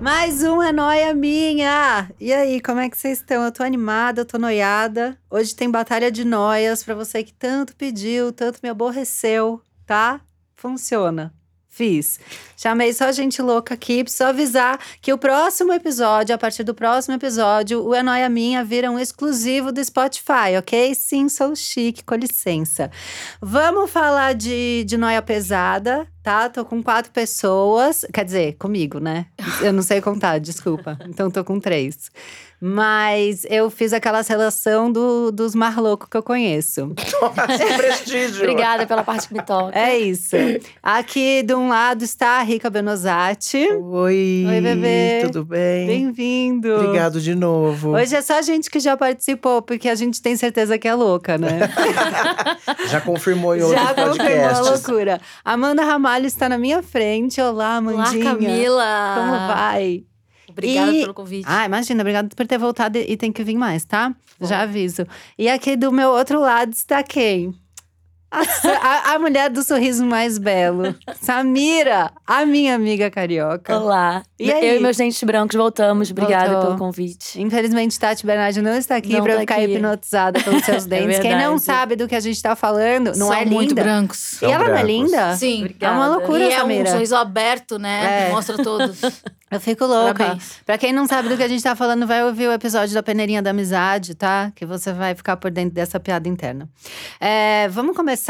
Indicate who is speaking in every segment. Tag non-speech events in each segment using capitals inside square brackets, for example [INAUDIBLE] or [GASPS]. Speaker 1: Mais um é noia minha! E aí, como é que vocês estão? Eu tô animada, eu tô noiada. Hoje tem batalha de noias pra você que tanto pediu, tanto me aborreceu, tá? Funciona. Fiz. Chamei só gente louca aqui, preciso avisar que o próximo episódio, a partir do próximo episódio, o É Noia Minha vira um exclusivo do Spotify, ok? Sim, sou chique, com licença. Vamos falar de, de noia pesada, tá? Tô com quatro pessoas, quer dizer, comigo, né? Eu não sei contar, desculpa. Então tô com três. Mas eu fiz aquela relação do, dos marlocos que eu conheço.
Speaker 2: Nossa, prestígio.
Speaker 3: Obrigada pela parte que
Speaker 1: [LAUGHS]
Speaker 3: me toca.
Speaker 1: É isso. Aqui de um lado está a Rica Benosati.
Speaker 2: Oi.
Speaker 1: Oi, bebê.
Speaker 2: Tudo bem?
Speaker 1: Bem-vindo.
Speaker 2: Obrigado de novo.
Speaker 1: Hoje é só gente que já participou, porque a gente tem certeza que é louca, né?
Speaker 2: Já confirmou em outros
Speaker 1: já confirmou a
Speaker 2: podcasts.
Speaker 1: loucura. Amanda Ramalho está na minha frente. Olá,
Speaker 3: Olá,
Speaker 1: Amandinha.
Speaker 3: Camila.
Speaker 1: Como vai?
Speaker 3: Obrigada
Speaker 1: E-
Speaker 3: pelo convite.
Speaker 1: Ah, imagina, obrigada por ter voltado e e tem que vir mais, tá?
Speaker 3: Bom.
Speaker 1: Já aviso. E aqui do meu outro lado está quem? A, Sa- a- a mulher do sorriso mais
Speaker 3: [LAUGHS]
Speaker 1: belo. Samira, a minha amiga carioca.
Speaker 3: Olá.
Speaker 1: E aí?
Speaker 3: Eu e meus dentes brancos voltamos. Obrigada
Speaker 1: Voltou.
Speaker 3: pelo convite.
Speaker 1: Infelizmente, Tati Bernardi não está aqui
Speaker 3: Não
Speaker 1: para eu
Speaker 3: tá
Speaker 1: ficar
Speaker 3: aqui.
Speaker 1: hipnotizada
Speaker 3: [LAUGHS]
Speaker 1: pelos seus
Speaker 3: É
Speaker 1: dentes. Quem não
Speaker 3: verdade.
Speaker 1: sabe do que a gente está falando, não
Speaker 4: São
Speaker 1: é
Speaker 4: muito
Speaker 1: linda.
Speaker 4: brancos.
Speaker 1: E ela não é linda?
Speaker 4: Sim.
Speaker 1: É uma
Speaker 3: Obrigada.
Speaker 1: loucura,
Speaker 4: e é um
Speaker 1: Samira.
Speaker 4: sorriso aberto, né?
Speaker 1: É.
Speaker 4: Mostra todos.
Speaker 1: Eu fico louca.
Speaker 4: Parabéns.
Speaker 1: Pra quem não sabe do que a gente tá falando, vai ouvir o episódio da peneirinha da amizade, tá? Que você vai ficar por dentro dessa piada interna. É, vamos começar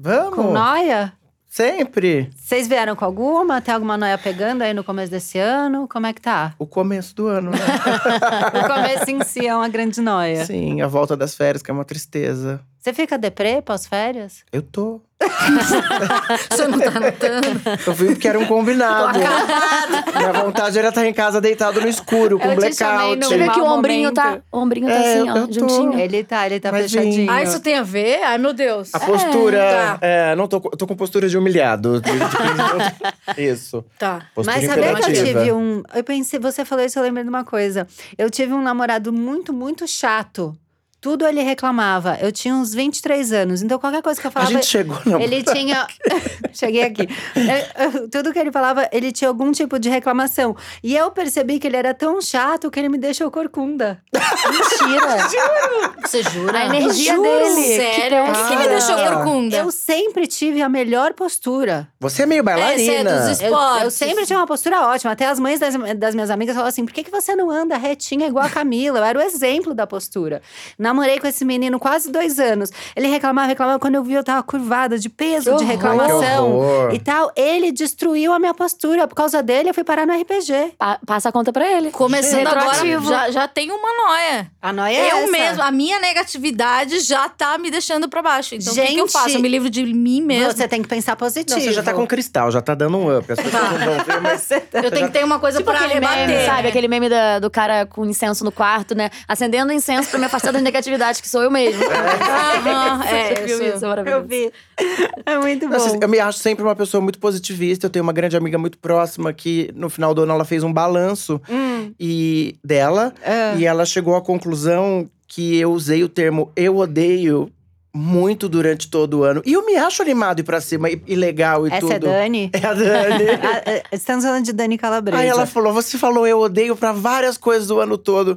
Speaker 1: com
Speaker 2: Vamos?
Speaker 1: noia?
Speaker 2: Sempre.
Speaker 1: Vocês vieram com alguma? Tem alguma noia pegando aí no começo desse ano? Como é que tá?
Speaker 2: O começo do ano, né? [LAUGHS]
Speaker 1: O começo em si [LAUGHS] é uma grande noia.
Speaker 2: Sim, a volta das férias, que é uma tristeza.
Speaker 1: Você fica deprê pós-férias?
Speaker 2: Eu tô.
Speaker 4: Você não tá notando?
Speaker 2: Eu vi porque era
Speaker 1: [LAUGHS]
Speaker 2: um combinado. Minha vontade era estar em casa deitado no escuro, com
Speaker 1: Eu te chamei
Speaker 2: blackout.
Speaker 1: no
Speaker 3: Você vê
Speaker 1: mau
Speaker 3: que o ombrinho
Speaker 1: momento.
Speaker 3: tá, o ombrinho tá
Speaker 2: É,
Speaker 3: assim, ó,
Speaker 2: eu tô.
Speaker 3: juntinho.
Speaker 1: Ele tá, ele tá
Speaker 2: Tadinho.
Speaker 1: fechadinho.
Speaker 4: Ah, isso tem a ver? Ai, meu Deus.
Speaker 2: A postura.
Speaker 4: É, tá.
Speaker 2: É, não tô, com- tô com postura de humilhado. de- de- [LAUGHS] Isso.
Speaker 4: Tá.
Speaker 2: Postura
Speaker 1: Mas sabia que eu
Speaker 2: imperativa.
Speaker 1: tive um. Eu pensei, você falou isso, eu lembrei de uma coisa. Eu tive um namorado muito, muito chato. Tudo ele reclamava. Eu tinha uns 23 anos, então qualquer coisa que eu
Speaker 2: A
Speaker 1: falava.
Speaker 2: gente chegou na
Speaker 1: Ele
Speaker 2: [LAUGHS]
Speaker 1: tinha. Cheguei aqui. É, é, Tudo que ele falava, ele tinha algum tipo de reclamação. E eu percebi que ele era tão chato que ele me deixou
Speaker 2: [LAUGHS]
Speaker 1: corcunda. Mentira!
Speaker 4: Você jura?
Speaker 1: A energia dele.
Speaker 4: Sério? O que, que me deixou
Speaker 2: Cara.
Speaker 4: corcunda?
Speaker 1: eu sempre tive a melhor postura.
Speaker 2: Você é meio
Speaker 4: Essa é dos
Speaker 2: bailarina.
Speaker 4: es-
Speaker 1: Eu, eu
Speaker 4: Esportes.
Speaker 1: sempre tinha uma postura ótima. Até as mães das, das minhas amigas falavam assim: por que, que você não anda retinha igual a Camila? Eu era o exemplo da postura. Namorei com esse menino quase dois anos. Ele reclamava, reclamava. Quando eu vi, eu tava curvada de peso,
Speaker 3: Que
Speaker 1: de
Speaker 3: horror.
Speaker 1: reclamação
Speaker 2: horror.
Speaker 1: e tal. Ele destruiu a minha postura. Por causa dele, eu fui parar no RPG.
Speaker 3: Pa- passa a conta pra ele.
Speaker 4: Começando agora,
Speaker 3: Retroativo.
Speaker 4: já, já tem uma noia.
Speaker 1: A noia é
Speaker 4: eu mesma, a minha negatividade já tá me deixando pra baixo. Então, o que, que eu
Speaker 1: Gente,
Speaker 4: faço? Eu me livro de mim mesmo.
Speaker 1: Você tem que pensar positivo.
Speaker 2: Não, você já tá com cristal, já tá dando um up. As pessoas não vão
Speaker 1: [LAUGHS]
Speaker 2: ver, mas
Speaker 4: Eu tenho que ter uma coisa
Speaker 3: Tipo
Speaker 4: pra
Speaker 3: aquele
Speaker 4: rebater.
Speaker 3: meme, sabe?
Speaker 4: né?
Speaker 3: Aquele meme da- do cara com incenso no quarto, né? Acendendo incenso pra me afastar das negatividades, que sou eu mesmo.
Speaker 4: [LAUGHS] Aham,
Speaker 3: Você
Speaker 4: é,
Speaker 3: já
Speaker 4: eu
Speaker 3: viu
Speaker 4: sou-
Speaker 3: isso? É maravilhoso.
Speaker 1: vi. É muito bom.
Speaker 2: Não, assim, Eu me acho sempre uma pessoa muito positivista. Eu tenho uma grande amiga muito próxima que no final do ano ela fez um balanço
Speaker 1: Hum.
Speaker 2: e dela
Speaker 1: É.
Speaker 2: e ela chegou à conclusão que eu usei o termo eu odeio muito durante todo o ano. E eu me acho animado e pra cima e, e legal e
Speaker 1: Essa
Speaker 2: tudo.
Speaker 1: é Dani. Ah, é,
Speaker 2: É
Speaker 1: [LAUGHS]
Speaker 2: a Dani.
Speaker 1: A- a- Estamos falando tá de Dani Calabresa.
Speaker 2: Aí ela falou: você falou eu odeio pra várias coisas o ano todo.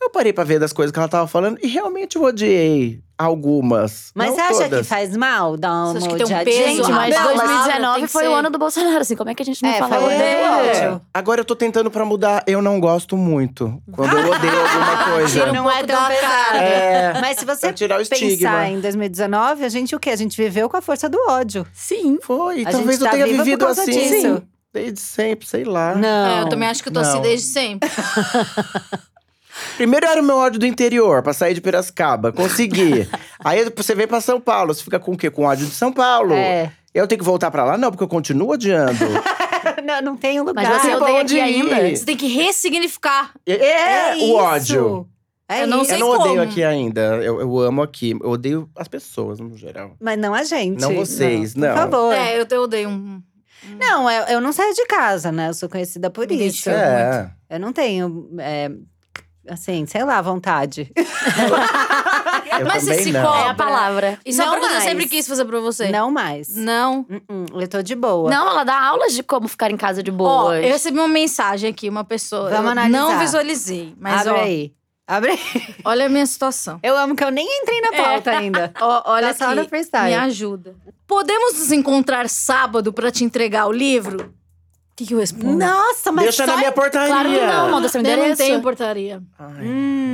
Speaker 2: Eu parei pra ver das coisas que ela tava falando e realmente eu odiei algumas.
Speaker 1: Mas
Speaker 2: não
Speaker 1: você acha
Speaker 2: todas.
Speaker 1: que faz mal dar uma
Speaker 4: Você acha que tem um
Speaker 1: odiadinha?
Speaker 4: peso?
Speaker 3: Gente, mas
Speaker 4: Não, mas-
Speaker 3: 2019 foi
Speaker 4: tem que
Speaker 3: o
Speaker 4: ser.
Speaker 3: ano do Bolsonaro, assim. Como é que a gente não
Speaker 1: É,
Speaker 3: fala?
Speaker 1: foi o ano
Speaker 3: odeio?
Speaker 1: do ódio.
Speaker 2: É. Agora eu tô tentando pra mudar. Eu não gosto muito. Quando eu odeio
Speaker 1: [LAUGHS]
Speaker 2: alguma
Speaker 4: tira
Speaker 2: coisa.
Speaker 4: um
Speaker 1: Não é
Speaker 4: pouco
Speaker 1: tão
Speaker 4: da
Speaker 1: pesado.
Speaker 4: cara.
Speaker 2: É.
Speaker 1: Mas se você
Speaker 2: Pra tirar o estigma.
Speaker 1: pensar em 2019, a gente o quê? A gente viveu com a força do ódio.
Speaker 3: Sim.
Speaker 2: Foi,
Speaker 1: A
Speaker 2: talvez
Speaker 1: gente
Speaker 2: eu
Speaker 1: tá
Speaker 2: tenha
Speaker 1: viva por
Speaker 2: vivido
Speaker 1: causa
Speaker 2: assim.
Speaker 1: disso.
Speaker 2: Sim, Desde sempre, sei lá.
Speaker 1: Não.
Speaker 4: É, eu também acho que eu tô
Speaker 2: Não.
Speaker 4: assim desde sempre.
Speaker 2: Primeiro era o meu ódio do interior, pra sair de Piracicaba.
Speaker 1: [LAUGHS]
Speaker 2: Consegui. Aí você vem pra São Paulo, você fica com o quê? Com ódio de São Paulo.
Speaker 1: É.
Speaker 2: Eu tenho que voltar pra lá? Não, porque eu continuo
Speaker 1: [LAUGHS]
Speaker 2: odiando.
Speaker 1: não, não tem um lugar.
Speaker 3: Mas você
Speaker 2: pra
Speaker 3: odeia
Speaker 2: onde
Speaker 3: aqui
Speaker 2: ir?
Speaker 3: ainda?
Speaker 4: É, Você tem que ressignificar.
Speaker 2: É,
Speaker 1: É
Speaker 2: o
Speaker 1: isso.
Speaker 2: ódio.
Speaker 1: É
Speaker 4: Eu não
Speaker 1: isso.
Speaker 4: sei
Speaker 2: eu não
Speaker 4: como.
Speaker 2: odeio aqui ainda. Eu, eu amo aqui. Eu odeio as pessoas, no geral.
Speaker 1: Mas não a gente.
Speaker 2: Não vocês, não.
Speaker 1: Por favor.
Speaker 4: É, eu te odeio um.
Speaker 1: Não, eu, eu não saio de casa, né? Eu sou conhecida por
Speaker 4: Me
Speaker 1: isso.
Speaker 4: identifico.
Speaker 2: é.
Speaker 1: Eu não tenho, é, assim, sei lá, vontade. Ah,
Speaker 2: Eu
Speaker 4: Mas
Speaker 2: também
Speaker 4: você se
Speaker 2: não.
Speaker 3: É a
Speaker 4: cobra.
Speaker 3: palavra.
Speaker 4: Isso é
Speaker 3: Não
Speaker 4: uma coisa que eu
Speaker 3: mais.
Speaker 4: sempre quis fazer pra você.
Speaker 1: Não mais.
Speaker 4: Não.
Speaker 1: Uh-uh, eu tô de boa.
Speaker 3: Não, ela dá aulas de como ficar em casa de
Speaker 4: Ó,
Speaker 3: boas.
Speaker 4: eu recebi uma mensagem aqui, uma pessoa.
Speaker 1: Vamos
Speaker 4: eu
Speaker 1: analisar.
Speaker 4: Não visualizei, mas
Speaker 1: Abre
Speaker 4: ó,
Speaker 1: aí. Abre aí.
Speaker 4: olha a minha situação.
Speaker 1: Eu amo que eu nem entrei na pauta
Speaker 4: [LAUGHS]
Speaker 1: ainda.
Speaker 4: Ó, olha
Speaker 1: Tá só no
Speaker 4: É. aqui,
Speaker 1: freestyle.
Speaker 4: me ajuda. Podemos nos encontrar sábado pra te entregar o livro? O que, que eu respondo?
Speaker 1: Nossa, mas
Speaker 2: Hum. Deixa
Speaker 1: só... é
Speaker 2: na minha portaria.
Speaker 3: Claro que não, manda seu
Speaker 4: eu não
Speaker 3: endereço.
Speaker 4: tenho portaria.
Speaker 2: Ai.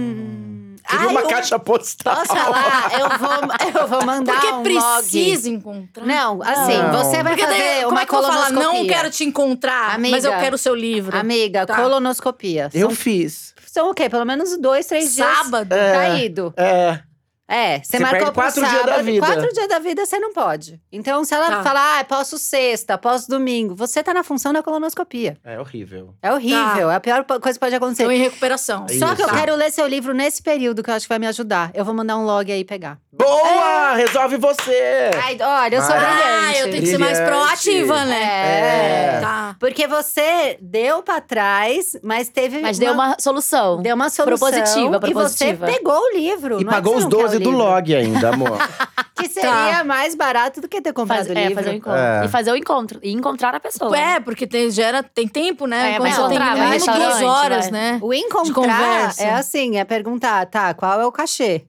Speaker 1: Hum.
Speaker 2: Queria
Speaker 1: Ai,
Speaker 2: uma
Speaker 1: eu-
Speaker 2: caixa tá postal.
Speaker 1: Nossa lá, eu vou, eu vou mandar
Speaker 4: Porque
Speaker 1: um
Speaker 4: precisa encontrar.
Speaker 1: log. Não, assim,
Speaker 2: Não.
Speaker 1: você vai
Speaker 4: Porque
Speaker 1: fazer
Speaker 4: daí, como
Speaker 1: uma
Speaker 4: é que eu vou falar? Não
Speaker 1: colonoscopia.
Speaker 4: quero te encontrar, mas eu
Speaker 1: Amiga.
Speaker 4: quero o seu livro.
Speaker 1: Amiga,
Speaker 4: Tá.
Speaker 1: colonoscopia.
Speaker 2: Eu
Speaker 1: São,
Speaker 2: fiz.
Speaker 1: são o quê? Pelo menos dois, três dias.
Speaker 4: Sábado?
Speaker 2: É.
Speaker 1: Caído.
Speaker 2: É.
Speaker 1: É, você,
Speaker 2: Você
Speaker 1: marcou
Speaker 2: perde
Speaker 1: pro
Speaker 2: quatro dias
Speaker 1: sábado,
Speaker 2: da vida.
Speaker 1: Quatro dias da vida você não pode. Então, se ela
Speaker 4: Tá.
Speaker 1: falar, ah, posso sexta, posso domingo, você tá na função da colonoscopia.
Speaker 2: É horrível.
Speaker 1: É horrível, é a pior po- coisa que pode acontecer.
Speaker 4: Estou em recuperação.
Speaker 2: Aí,
Speaker 1: Então, Só que eu
Speaker 2: É Isso.
Speaker 1: quero ler seu livro nesse período, que eu acho que vai me ajudar. Eu vou mandar um log aí pegar.
Speaker 2: Boa! Resolve você!
Speaker 1: É. Ai, olha, eu sou
Speaker 4: Ah,
Speaker 1: brilhante.
Speaker 4: eu tenho que ser mais
Speaker 2: Brilhante.
Speaker 4: proativa, né?
Speaker 2: É.
Speaker 4: Tá.
Speaker 1: Porque você deu pra trás, mas teve
Speaker 3: Mas deu uma solução.
Speaker 1: deu uma solução.
Speaker 3: Propositiva, propositiva.
Speaker 1: E você pegou o livro.
Speaker 2: E
Speaker 1: não é que
Speaker 2: pagou
Speaker 1: você
Speaker 2: os
Speaker 1: não quer o
Speaker 2: 12 do
Speaker 1: livro.
Speaker 2: log ainda,
Speaker 1: [LAUGHS]
Speaker 2: amor.
Speaker 1: Que seria mais barato do que ter comprado
Speaker 3: Faz-
Speaker 1: o
Speaker 3: é,
Speaker 1: livro.
Speaker 3: fazer o encontro.
Speaker 2: É.
Speaker 3: E fazer o encontro. E encontrar a pessoa.
Speaker 4: É, porque tem, gera, tem tempo,
Speaker 3: É,
Speaker 4: né? Quando
Speaker 3: mas
Speaker 4: você tem
Speaker 3: encontrar,
Speaker 4: no
Speaker 3: vai
Speaker 4: mínimo
Speaker 3: no
Speaker 4: duas
Speaker 3: restaurante,
Speaker 4: horas,
Speaker 3: vai.
Speaker 4: né?
Speaker 1: O encontrar
Speaker 4: conversa.
Speaker 1: é assim, é perguntar, tá, qual é o [LAUGHS] cachê?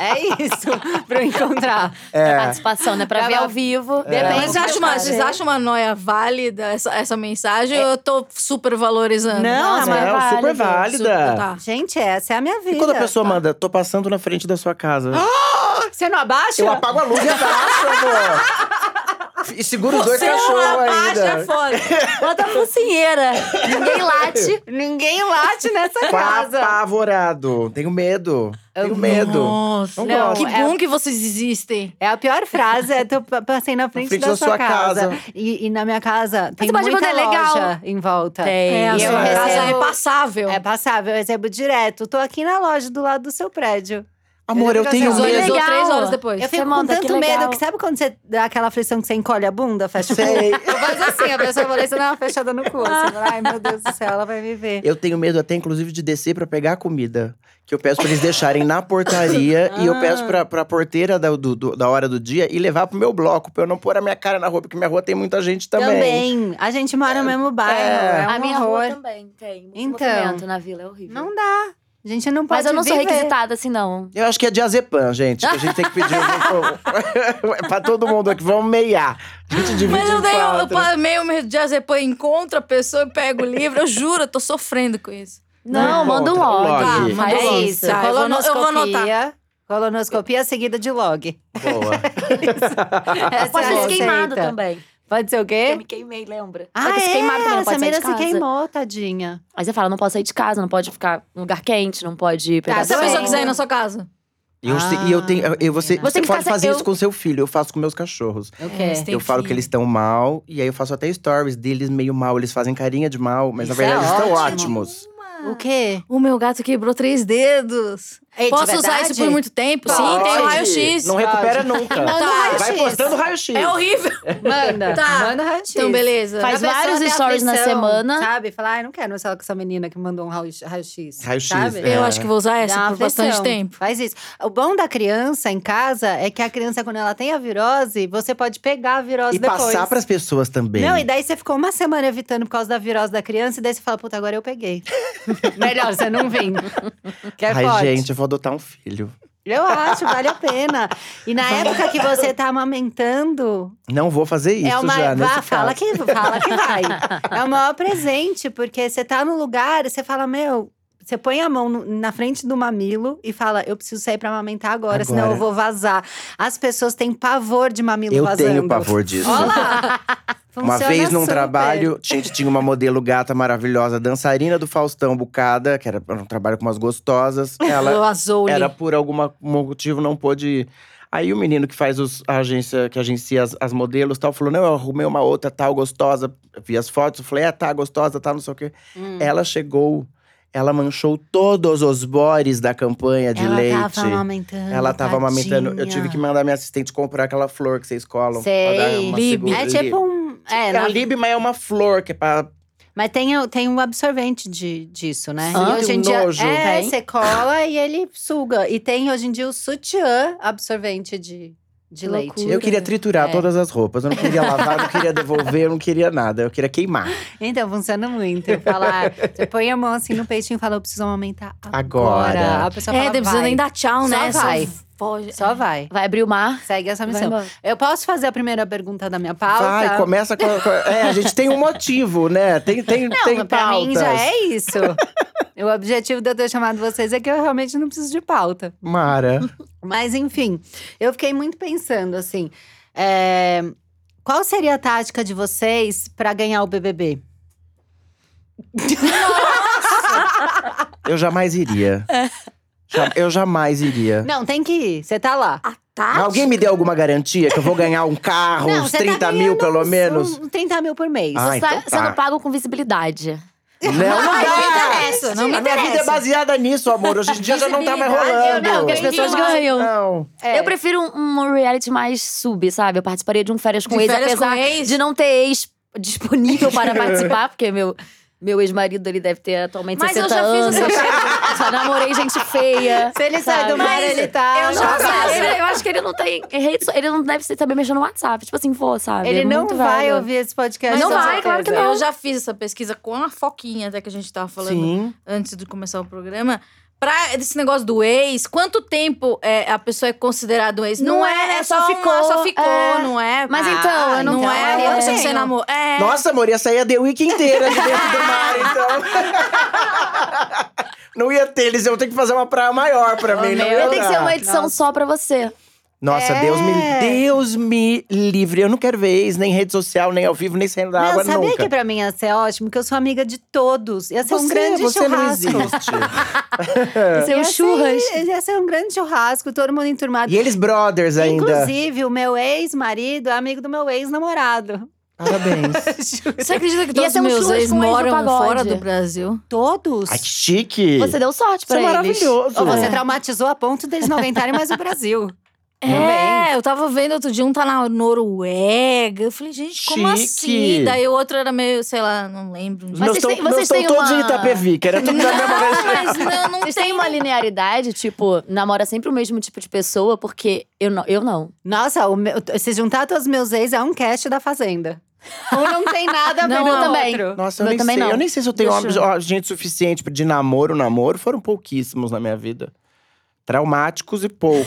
Speaker 1: é isso, pra eu encontrar.
Speaker 3: Pra
Speaker 2: É.
Speaker 3: participação, né? Pra
Speaker 1: Pra
Speaker 3: ver
Speaker 1: lá-
Speaker 3: ao vivo.
Speaker 1: É.
Speaker 4: Mas
Speaker 1: Vamos
Speaker 4: acho uma,
Speaker 1: conversar,
Speaker 4: vocês
Speaker 1: né?
Speaker 4: acham uma noia válida essa, essa mensagem ou eu tô super valorizando?
Speaker 1: Não,
Speaker 2: Nossa,
Speaker 1: mas
Speaker 2: é
Speaker 3: é
Speaker 2: super
Speaker 4: válido.
Speaker 2: válida.
Speaker 4: Super- tá.
Speaker 1: Gente, essa é a minha vida. Ah,
Speaker 2: E quando a pessoa manda, tô passando na frente da sua casa.
Speaker 1: Você não abaixa?
Speaker 2: eu apago a luz e abaixo, amor. E seguro os dois
Speaker 4: Você é
Speaker 2: cachorros
Speaker 4: não abaixa, é
Speaker 2: ainda.
Speaker 4: foda.
Speaker 3: Bota a focinheira. Ninguém late.
Speaker 1: Ninguém late
Speaker 2: [LAUGHS]
Speaker 1: nessa casa.
Speaker 2: Apavorado. Tenho medo. Tenho medo.
Speaker 4: Nossa,
Speaker 2: Não gosto.
Speaker 4: que
Speaker 1: é-
Speaker 4: bom que vocês existem.
Speaker 1: É a pior frase, é eu passei na frente,
Speaker 2: frente
Speaker 1: da, sua, casa.
Speaker 2: casa.
Speaker 1: E, e na minha casa tem
Speaker 3: você pode
Speaker 1: muita
Speaker 3: mandar legal.
Speaker 1: loja em volta.
Speaker 4: É, a
Speaker 1: E
Speaker 4: sua
Speaker 1: eu
Speaker 4: casa é
Speaker 1: recebo-
Speaker 4: passável.
Speaker 1: É passável, eu recebo direto. Tô aqui na loja do lado do seu prédio.
Speaker 2: Amor, eu tenho
Speaker 4: Você
Speaker 2: medo.
Speaker 4: olhou
Speaker 3: Legal.
Speaker 4: três horas depois.
Speaker 1: Eu
Speaker 3: Você
Speaker 1: fico com
Speaker 3: manda, que
Speaker 1: tanto medo
Speaker 3: legal.
Speaker 1: que sabe quando você dá aquela aflição que você encolhe a bunda, fecha o cu?
Speaker 2: Sei.
Speaker 1: Eu faço assim, a pessoa fala, isso dá uma fechada no
Speaker 3: [LAUGHS]
Speaker 1: cu. Assim, fala, Ai, meu Deus do céu, ela vai me ver.
Speaker 2: Eu tenho medo até, inclusive, de descer pra pegar a comida. Que eu peço pra eles deixarem na portaria. E
Speaker 4: Ah.
Speaker 2: eu peço pra, pra porteira da, do- do- da hora do dia e levar pro meu bloco. Pra eu não pôr a minha cara na rua. Porque minha rua tem muita gente também.
Speaker 1: Também. A gente mora no mesmo bairro, [LAUGHS] é, um
Speaker 3: a minha
Speaker 1: horror.
Speaker 3: rua também tem. Muito
Speaker 1: Então.
Speaker 3: movimento na vila, é horrível.
Speaker 1: Não dá. A gente não pode
Speaker 3: Mas eu não sou
Speaker 1: viver.
Speaker 3: requisitada assim, não.
Speaker 2: Eu acho que é diazepam, gente. que a gente tem que pedir
Speaker 4: [LAUGHS]
Speaker 2: [LAUGHS] um, pra todo mundo aqui. Vamos meiar. A gente divide
Speaker 4: Mas eu
Speaker 2: em
Speaker 4: dei um- eu- eu
Speaker 2: quatro.
Speaker 4: pa- meio me- dias depois, encontro a pessoa e pego o livro. Eu juro, eu tô sofrendo com isso.
Speaker 3: Não,
Speaker 2: Não
Speaker 3: manda um
Speaker 2: encontra,
Speaker 3: log.
Speaker 2: log. Tá,
Speaker 3: Faz
Speaker 4: manda um
Speaker 1: É
Speaker 4: log.
Speaker 3: isso.
Speaker 1: isso.
Speaker 4: Tá, eu vou ano- eu vou anotar.
Speaker 1: Colonoscopia. Colonoscopia seguida de log.
Speaker 2: Boa.
Speaker 1: [LAUGHS] Essa
Speaker 3: Pode
Speaker 1: é a
Speaker 3: ser
Speaker 1: receita.
Speaker 3: queimado também.
Speaker 1: Pode ser o
Speaker 3: Eu
Speaker 1: quê?
Speaker 3: me queimei, lembra?
Speaker 1: Ah,
Speaker 3: Só que se
Speaker 1: é?
Speaker 3: queimado também não
Speaker 1: a
Speaker 3: pode sair
Speaker 1: Samira
Speaker 3: de
Speaker 1: se
Speaker 3: casa.
Speaker 1: queimou, tadinha.
Speaker 3: Aí você fala, não pode sair de casa, não pode ficar em lugar quente, não pode pegar
Speaker 1: Tá,
Speaker 4: Se a
Speaker 1: sim.
Speaker 4: pessoa quiser ir
Speaker 3: sol.
Speaker 4: na sua casa.
Speaker 2: E eu, sei- e eu tenho. eu- eu- você
Speaker 1: Ah, Você
Speaker 2: você
Speaker 3: tem que
Speaker 2: pode
Speaker 3: fazer-
Speaker 2: fazer
Speaker 3: eu-
Speaker 2: isso com seu filho, eu faço com meus cachorros.
Speaker 1: O
Speaker 4: É,
Speaker 1: quê?
Speaker 4: você tem
Speaker 2: eu falo que
Speaker 4: filho.
Speaker 2: eles estão mal, e aí eu faço até stories deles meio mal. Eles fazem carinha de mal, mas na
Speaker 1: Isso é
Speaker 2: verdade eles estão
Speaker 1: ótimo.
Speaker 2: ótimos.
Speaker 1: É. O quê?
Speaker 4: O meu gato quebrou três dedos.
Speaker 1: Ei, de
Speaker 4: Posso usar
Speaker 1: verdade?
Speaker 4: isso por muito tempo? Sim,
Speaker 1: Pode.
Speaker 4: tem o raio-x.
Speaker 2: Não recupera nunca.
Speaker 1: Manda o raio-x.
Speaker 2: Vai postando raio-x.
Speaker 4: É horrível.
Speaker 1: Manda.
Speaker 4: Tá.
Speaker 1: Manda o raio-x.
Speaker 4: Então, beleza.
Speaker 3: Faz
Speaker 1: A pessoa
Speaker 3: vários
Speaker 1: tem
Speaker 3: stories na
Speaker 1: aflição,
Speaker 3: semana.
Speaker 1: Sabe? Falar, ai, não quero mais falar com essa menina que mandou um raio- raio-x.
Speaker 2: Raio-x,
Speaker 1: sabe?
Speaker 2: é.
Speaker 4: Eu acho que vou usar
Speaker 1: Dá
Speaker 4: essa
Speaker 1: uma
Speaker 4: por bastante
Speaker 1: aflição.
Speaker 4: tempo.
Speaker 1: Faz isso. O bom da criança em casa é que a criança, quando ela tem a virose, você pode pegar a virose
Speaker 2: E
Speaker 1: depois.
Speaker 2: passar pras pessoas também.
Speaker 1: Não, e daí você ficou uma semana evitando por causa da virose da criança, e daí você fala, puta, agora eu peguei. [LAUGHS] Melhor você não vem. Quer
Speaker 2: Ai,
Speaker 1: é forte.
Speaker 2: gente, eu vou adotar um filho.
Speaker 1: Eu acho, vale a pena. E na época que você tá amamentando,
Speaker 2: Não vou fazer isso
Speaker 1: é uma. vá,
Speaker 2: já, nesse
Speaker 1: fala,
Speaker 2: caso.
Speaker 1: que, fala que
Speaker 2: [LAUGHS]
Speaker 1: vai. É o maior presente, porque você tá no lugar e você fala, meu. Você põe a mão no- na frente do mamilo e fala: Eu preciso sair pra amamentar agora,
Speaker 2: Agora.
Speaker 1: senão eu vou vazar. As pessoas têm pavor de mamilo
Speaker 2: Eu
Speaker 1: vazando.
Speaker 2: tenho pavor disso.
Speaker 1: Olha lá!
Speaker 2: [LAUGHS] Uma
Speaker 1: Funciona
Speaker 2: vez num
Speaker 1: super.
Speaker 2: trabalho, gente, tinha uma modelo gata maravilhosa, dançarina do Faustão Bucada, que era era um trabalho com
Speaker 1: [LAUGHS]
Speaker 2: umas gostosas. Ela
Speaker 4: o Azul.
Speaker 2: era por algum motivo não pôde ir. Aí o menino que faz os- a agência, que agencia as, as modelos tal, falou: não, eu arrumei uma outra tal, gostosa. Vi as fotos, falei, é, tá, gostosa, tá, não sei o quê.
Speaker 1: Hum.
Speaker 2: Ela chegou, ela manchou todos os bores da campanha de
Speaker 1: ela
Speaker 2: leite.
Speaker 1: tava amamentando.
Speaker 2: Ela tava amamentando. Eu tive que
Speaker 1: tadinha.
Speaker 2: mandar minha assistente comprar aquela flor que vocês colam.
Speaker 1: Sei,
Speaker 2: pra dar uma
Speaker 4: Lib.
Speaker 2: segura-
Speaker 1: É tipo um. É,
Speaker 2: É,
Speaker 1: na-
Speaker 2: a Lib, mas é uma flor que é pra.
Speaker 1: mas tem, o- tem um absorvente de, disso, né? E
Speaker 3: Sim,
Speaker 1: hoje em
Speaker 2: Ah, que
Speaker 1: dia.
Speaker 2: nojo.
Speaker 1: É,
Speaker 3: Tem.
Speaker 1: você cola e ele suga. E tem hoje em dia o sutiã absorvente de, de
Speaker 3: Que
Speaker 1: leite.
Speaker 3: loucura.
Speaker 2: Eu queria triturar
Speaker 1: É.
Speaker 2: todas as roupas. Eu não queria lavar, eu não queria devolver, eu não queria nada. Eu queria queimar.
Speaker 1: Então, funciona muito. Eu
Speaker 2: [LAUGHS]
Speaker 1: Falar, você põe a mão assim no peitinho e fala, eu preciso aumentar agora.
Speaker 2: Agora.
Speaker 1: A pessoa
Speaker 4: É,
Speaker 1: fala,
Speaker 4: não precisa
Speaker 1: vai.
Speaker 4: nem dar tchau,
Speaker 1: Só
Speaker 4: né?
Speaker 1: vai.
Speaker 4: foge.
Speaker 1: Só vai.
Speaker 3: Vai abrir o mar.
Speaker 1: Segue essa
Speaker 3: Vai
Speaker 1: missão.
Speaker 3: embora.
Speaker 1: Eu posso fazer a primeira pergunta da minha pauta?
Speaker 2: Vai, começa com. com- É, a gente tem um motivo, né? Tem, tem,
Speaker 1: Não,
Speaker 2: tem
Speaker 1: pra
Speaker 2: pautas.
Speaker 1: mim já é
Speaker 2: [LAUGHS]
Speaker 1: isso. o objetivo de eu ter chamado vocês é que eu realmente não preciso de pauta.
Speaker 2: Mara.
Speaker 1: Mas enfim, eu fiquei muito pensando assim. é, Qual seria a tática de vocês pra ganhar o BBB?
Speaker 2: Eu jamais iria. Ja- Eu jamais iria.
Speaker 1: Não, tem que ir. Você tá lá.
Speaker 4: A tática.
Speaker 2: Alguém me deu alguma garantia que eu vou ganhar um carro,
Speaker 1: Não,
Speaker 2: uns
Speaker 1: você tá
Speaker 2: 30 mil pelo
Speaker 1: São
Speaker 2: menos?
Speaker 1: 30 mil por mês.
Speaker 2: Ah,
Speaker 3: Você
Speaker 2: então
Speaker 3: tá sendo
Speaker 2: tá.
Speaker 3: pago com visibilidade.
Speaker 2: Não, não
Speaker 1: Ai,
Speaker 2: dá.
Speaker 1: não me interessa, não me
Speaker 2: A minha vida é
Speaker 1: interessa.
Speaker 2: baseada nisso, amor. Hoje em dia já não tá mais
Speaker 1: Visibilidade,
Speaker 2: rolando.
Speaker 3: Não, que as pessoas
Speaker 4: Entendi.
Speaker 3: ganham.
Speaker 2: Não.
Speaker 1: É.
Speaker 3: Eu prefiro um, um reality mais sub, sabe? Eu participaria de um férias com
Speaker 4: De
Speaker 3: ex,
Speaker 4: Férias
Speaker 3: apesar
Speaker 4: com Ex?
Speaker 3: de não ter ex disponível para participar, porque meu. Meu ex-marido, ele deve ter atualmente
Speaker 4: Mas eu
Speaker 3: 60
Speaker 4: já fiz
Speaker 3: anos.
Speaker 4: isso.
Speaker 3: eu chego- já [LAUGHS] namorei gente feia.
Speaker 1: Se ele sai
Speaker 3: sabe?
Speaker 1: do mar, ele tá.
Speaker 4: eu
Speaker 3: Não,
Speaker 4: Já
Speaker 3: mas
Speaker 4: faço.
Speaker 3: ele- eu acho que ele não tem. rede so- Ele não deve ser também mexendo no WhatsApp. Tipo assim, vou, sabe?
Speaker 1: Ele não
Speaker 3: muito
Speaker 1: vai
Speaker 3: velho.
Speaker 1: ouvir esse podcast.
Speaker 3: Não
Speaker 1: com
Speaker 3: vai, claro que
Speaker 1: certeza.
Speaker 3: não.
Speaker 4: Eu já fiz essa pesquisa com a Foquinha, até que a gente tava falando
Speaker 2: Sim.
Speaker 4: antes de começar o programa. Pra esse negócio do ex, quanto tempo é, a pessoa é considerada um ex? Não, é, né? Só, ficou. só ficou,
Speaker 3: é.
Speaker 4: não é?
Speaker 3: Mas
Speaker 4: pá.
Speaker 1: Ah,
Speaker 3: então, eu não,
Speaker 4: não, é,
Speaker 3: eu tenho.
Speaker 4: não sei se
Speaker 1: assim.
Speaker 4: você namorou. É.
Speaker 2: Nossa, amor, ia sair a The Week inteira de dentro do mar, então. [LAUGHS] não ia ter, eles iam ter que fazer uma praia maior pra mim. não ia
Speaker 3: Tem que ser
Speaker 2: dar.
Speaker 3: uma edição só pra você.
Speaker 2: Nossa,
Speaker 1: É.
Speaker 2: Deus, me, Deus me livre. Eu não quero ver ex, nem rede social, nem ao vivo, nem saindo da
Speaker 1: Não,
Speaker 2: água
Speaker 1: sabia
Speaker 2: nunca.
Speaker 1: que pra mim ia ser ótimo? Que eu sou amiga de todos. Ia ser
Speaker 2: você,
Speaker 1: um grande
Speaker 3: é,
Speaker 2: você não
Speaker 1: churrasco.
Speaker 2: existe.
Speaker 3: Esse é o
Speaker 1: Ia
Speaker 3: churras.
Speaker 1: ser- Ia ser um grande churrasco, todo mundo enturmado.
Speaker 2: e eles brothers ainda.
Speaker 1: Inclusive, o meu ex-marido é amigo do meu
Speaker 2: [LAUGHS]
Speaker 1: ex-namorado.
Speaker 2: Parabéns.
Speaker 4: Você acredita que
Speaker 3: Ia
Speaker 4: todos
Speaker 3: ser
Speaker 4: os
Speaker 3: um
Speaker 4: meus
Speaker 3: churras
Speaker 4: ex
Speaker 3: com ex do
Speaker 4: moram
Speaker 3: pagode.
Speaker 4: fora do Brasil?
Speaker 1: Todos.
Speaker 2: [LAUGHS] Ai, que chique.
Speaker 3: Você tá deu sorte
Speaker 2: Isso
Speaker 3: pra
Speaker 2: é
Speaker 3: eles.
Speaker 2: maravilhoso.
Speaker 1: Ou você tá- traumatizou a ponto deles não aguentarem mais o Brasil.
Speaker 4: É, eu tava vendo outro dia, um tá na Noruega. Eu falei, gente, como
Speaker 2: Chique.
Speaker 4: assim? Daí o outro era meio, sei lá, não lembro.
Speaker 2: Os
Speaker 3: Mas
Speaker 2: meus
Speaker 3: vocês têm-
Speaker 2: tão- meus
Speaker 3: vocês
Speaker 2: tão
Speaker 3: têm
Speaker 2: todos
Speaker 3: uma-
Speaker 2: em Itapevi, que era tudo da
Speaker 4: [LAUGHS]
Speaker 2: mesma vez. né?
Speaker 4: Mas não, não
Speaker 3: Vocês têm
Speaker 1: um
Speaker 3: uma linearidade, tipo, namora sempre o mesmo tipo de pessoa, porque eu não. Eu não.
Speaker 1: Nossa, o meu- se juntar todos os meus ex é um cast da Fazenda. Um não tem nada a ver
Speaker 3: Não,
Speaker 1: com
Speaker 3: eu
Speaker 1: o
Speaker 3: também.
Speaker 1: outro.
Speaker 2: Nossa, eu
Speaker 3: Meu
Speaker 2: nem
Speaker 3: também
Speaker 2: sei.
Speaker 3: não.
Speaker 2: Eu nem sei se eu tenho
Speaker 3: Deixa eu-
Speaker 2: homens- ó, gente suficiente de namoro, namoro. Foram pouquíssimos na minha vida. Traumáticos
Speaker 1: [LAUGHS]
Speaker 2: e poucos.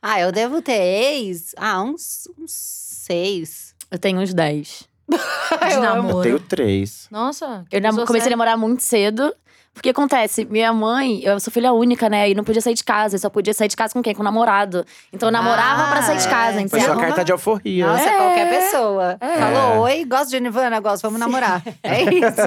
Speaker 1: Ah, eu devo ter ex? Ah, uns, uns seis.
Speaker 3: Eu tenho uns 10.
Speaker 4: de
Speaker 2: eu
Speaker 4: namoro.
Speaker 2: tenho três.
Speaker 4: Nossa.
Speaker 3: Eu nam-
Speaker 4: pessoa
Speaker 3: comecei a
Speaker 1: é-
Speaker 4: séria.
Speaker 3: namorar muito cedo. Porque acontece, minha mãe, eu sou filha única, né? E não podia sair de casa. Eu só podia sair de casa com quem? Com o namorado. Então eu namorava
Speaker 1: Ah,
Speaker 3: pra sair de casa,
Speaker 1: é.
Speaker 2: Foi
Speaker 3: entendeu?
Speaker 2: sua
Speaker 1: arruma-
Speaker 2: carta de alforria.
Speaker 1: Nossa,
Speaker 3: É.
Speaker 1: qualquer pessoa.
Speaker 3: É.
Speaker 1: Falou, oi, gosto de Nirvana, gosto, vamos
Speaker 3: [LAUGHS]
Speaker 1: namorar. É isso.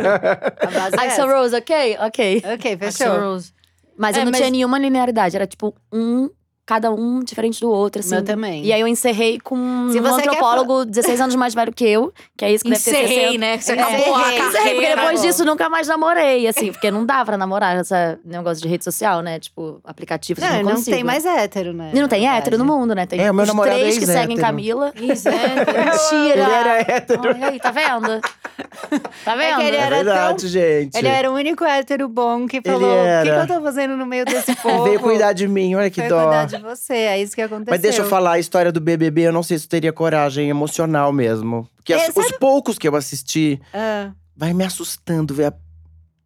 Speaker 1: A base é essa.
Speaker 3: Axel Rose, ok? Ok.
Speaker 1: Ok,
Speaker 4: Axl
Speaker 1: fechou.
Speaker 4: Rose.
Speaker 3: Mas eu
Speaker 4: É,
Speaker 3: não
Speaker 4: mas-
Speaker 3: tinha nenhuma linearidade. Era tipo um, cada um diferente do outro,
Speaker 1: O
Speaker 3: assim.
Speaker 1: Meu também.
Speaker 3: E aí eu encerrei com
Speaker 1: Se
Speaker 3: um
Speaker 1: você quer
Speaker 3: antropólogo 16 anos mais velho que eu, que é isso que deve ter 60.
Speaker 4: Encerrei, né? Que Você
Speaker 1: Encerrei.
Speaker 4: acabou a
Speaker 1: Encerrei,
Speaker 4: carreira.
Speaker 3: Encerrei, é, porque depois
Speaker 4: Bom.
Speaker 3: disso nunca mais namorei, assim, porque não dá pra namorar esse negócio de rede social, né? Tipo, aplicativos.
Speaker 1: não,
Speaker 3: eu
Speaker 1: Ah, não,
Speaker 3: não, consigo.
Speaker 1: tem mais hétero, né?
Speaker 3: E não tem
Speaker 1: Na
Speaker 3: hétero no
Speaker 1: verdade.
Speaker 3: mundo, né? Tem
Speaker 2: É, o meu
Speaker 3: os
Speaker 2: namorado
Speaker 3: três
Speaker 2: é
Speaker 3: que seguem
Speaker 2: ex-hétero.
Speaker 3: Camila. né?
Speaker 2: [LAUGHS]
Speaker 4: Isso,
Speaker 2: né?
Speaker 4: é.
Speaker 2: [LAUGHS] Ele
Speaker 3: Mentira!
Speaker 2: era hétero.
Speaker 3: Olha aí, tá
Speaker 2: [LAUGHS]
Speaker 3: vendo? Tá vendo?
Speaker 1: que ele
Speaker 2: É
Speaker 1: era
Speaker 2: verdade,
Speaker 1: tão-
Speaker 2: gente.
Speaker 1: Ele era o único hétero bom que falou: o que, que
Speaker 2: era.
Speaker 1: eu tô fazendo no meio desse povo?
Speaker 2: [LAUGHS] Veio cuidar de mim, olha que
Speaker 1: Foi
Speaker 2: dó.
Speaker 1: cuidar de você, é isso que aconteceu.
Speaker 2: Mas deixa eu falar a história do BBB. Eu não sei se eu teria coragem emocional mesmo. Porque as-
Speaker 1: É, sabe-
Speaker 2: os poucos que eu assisti,
Speaker 1: Ah,
Speaker 2: vai me assustando ver a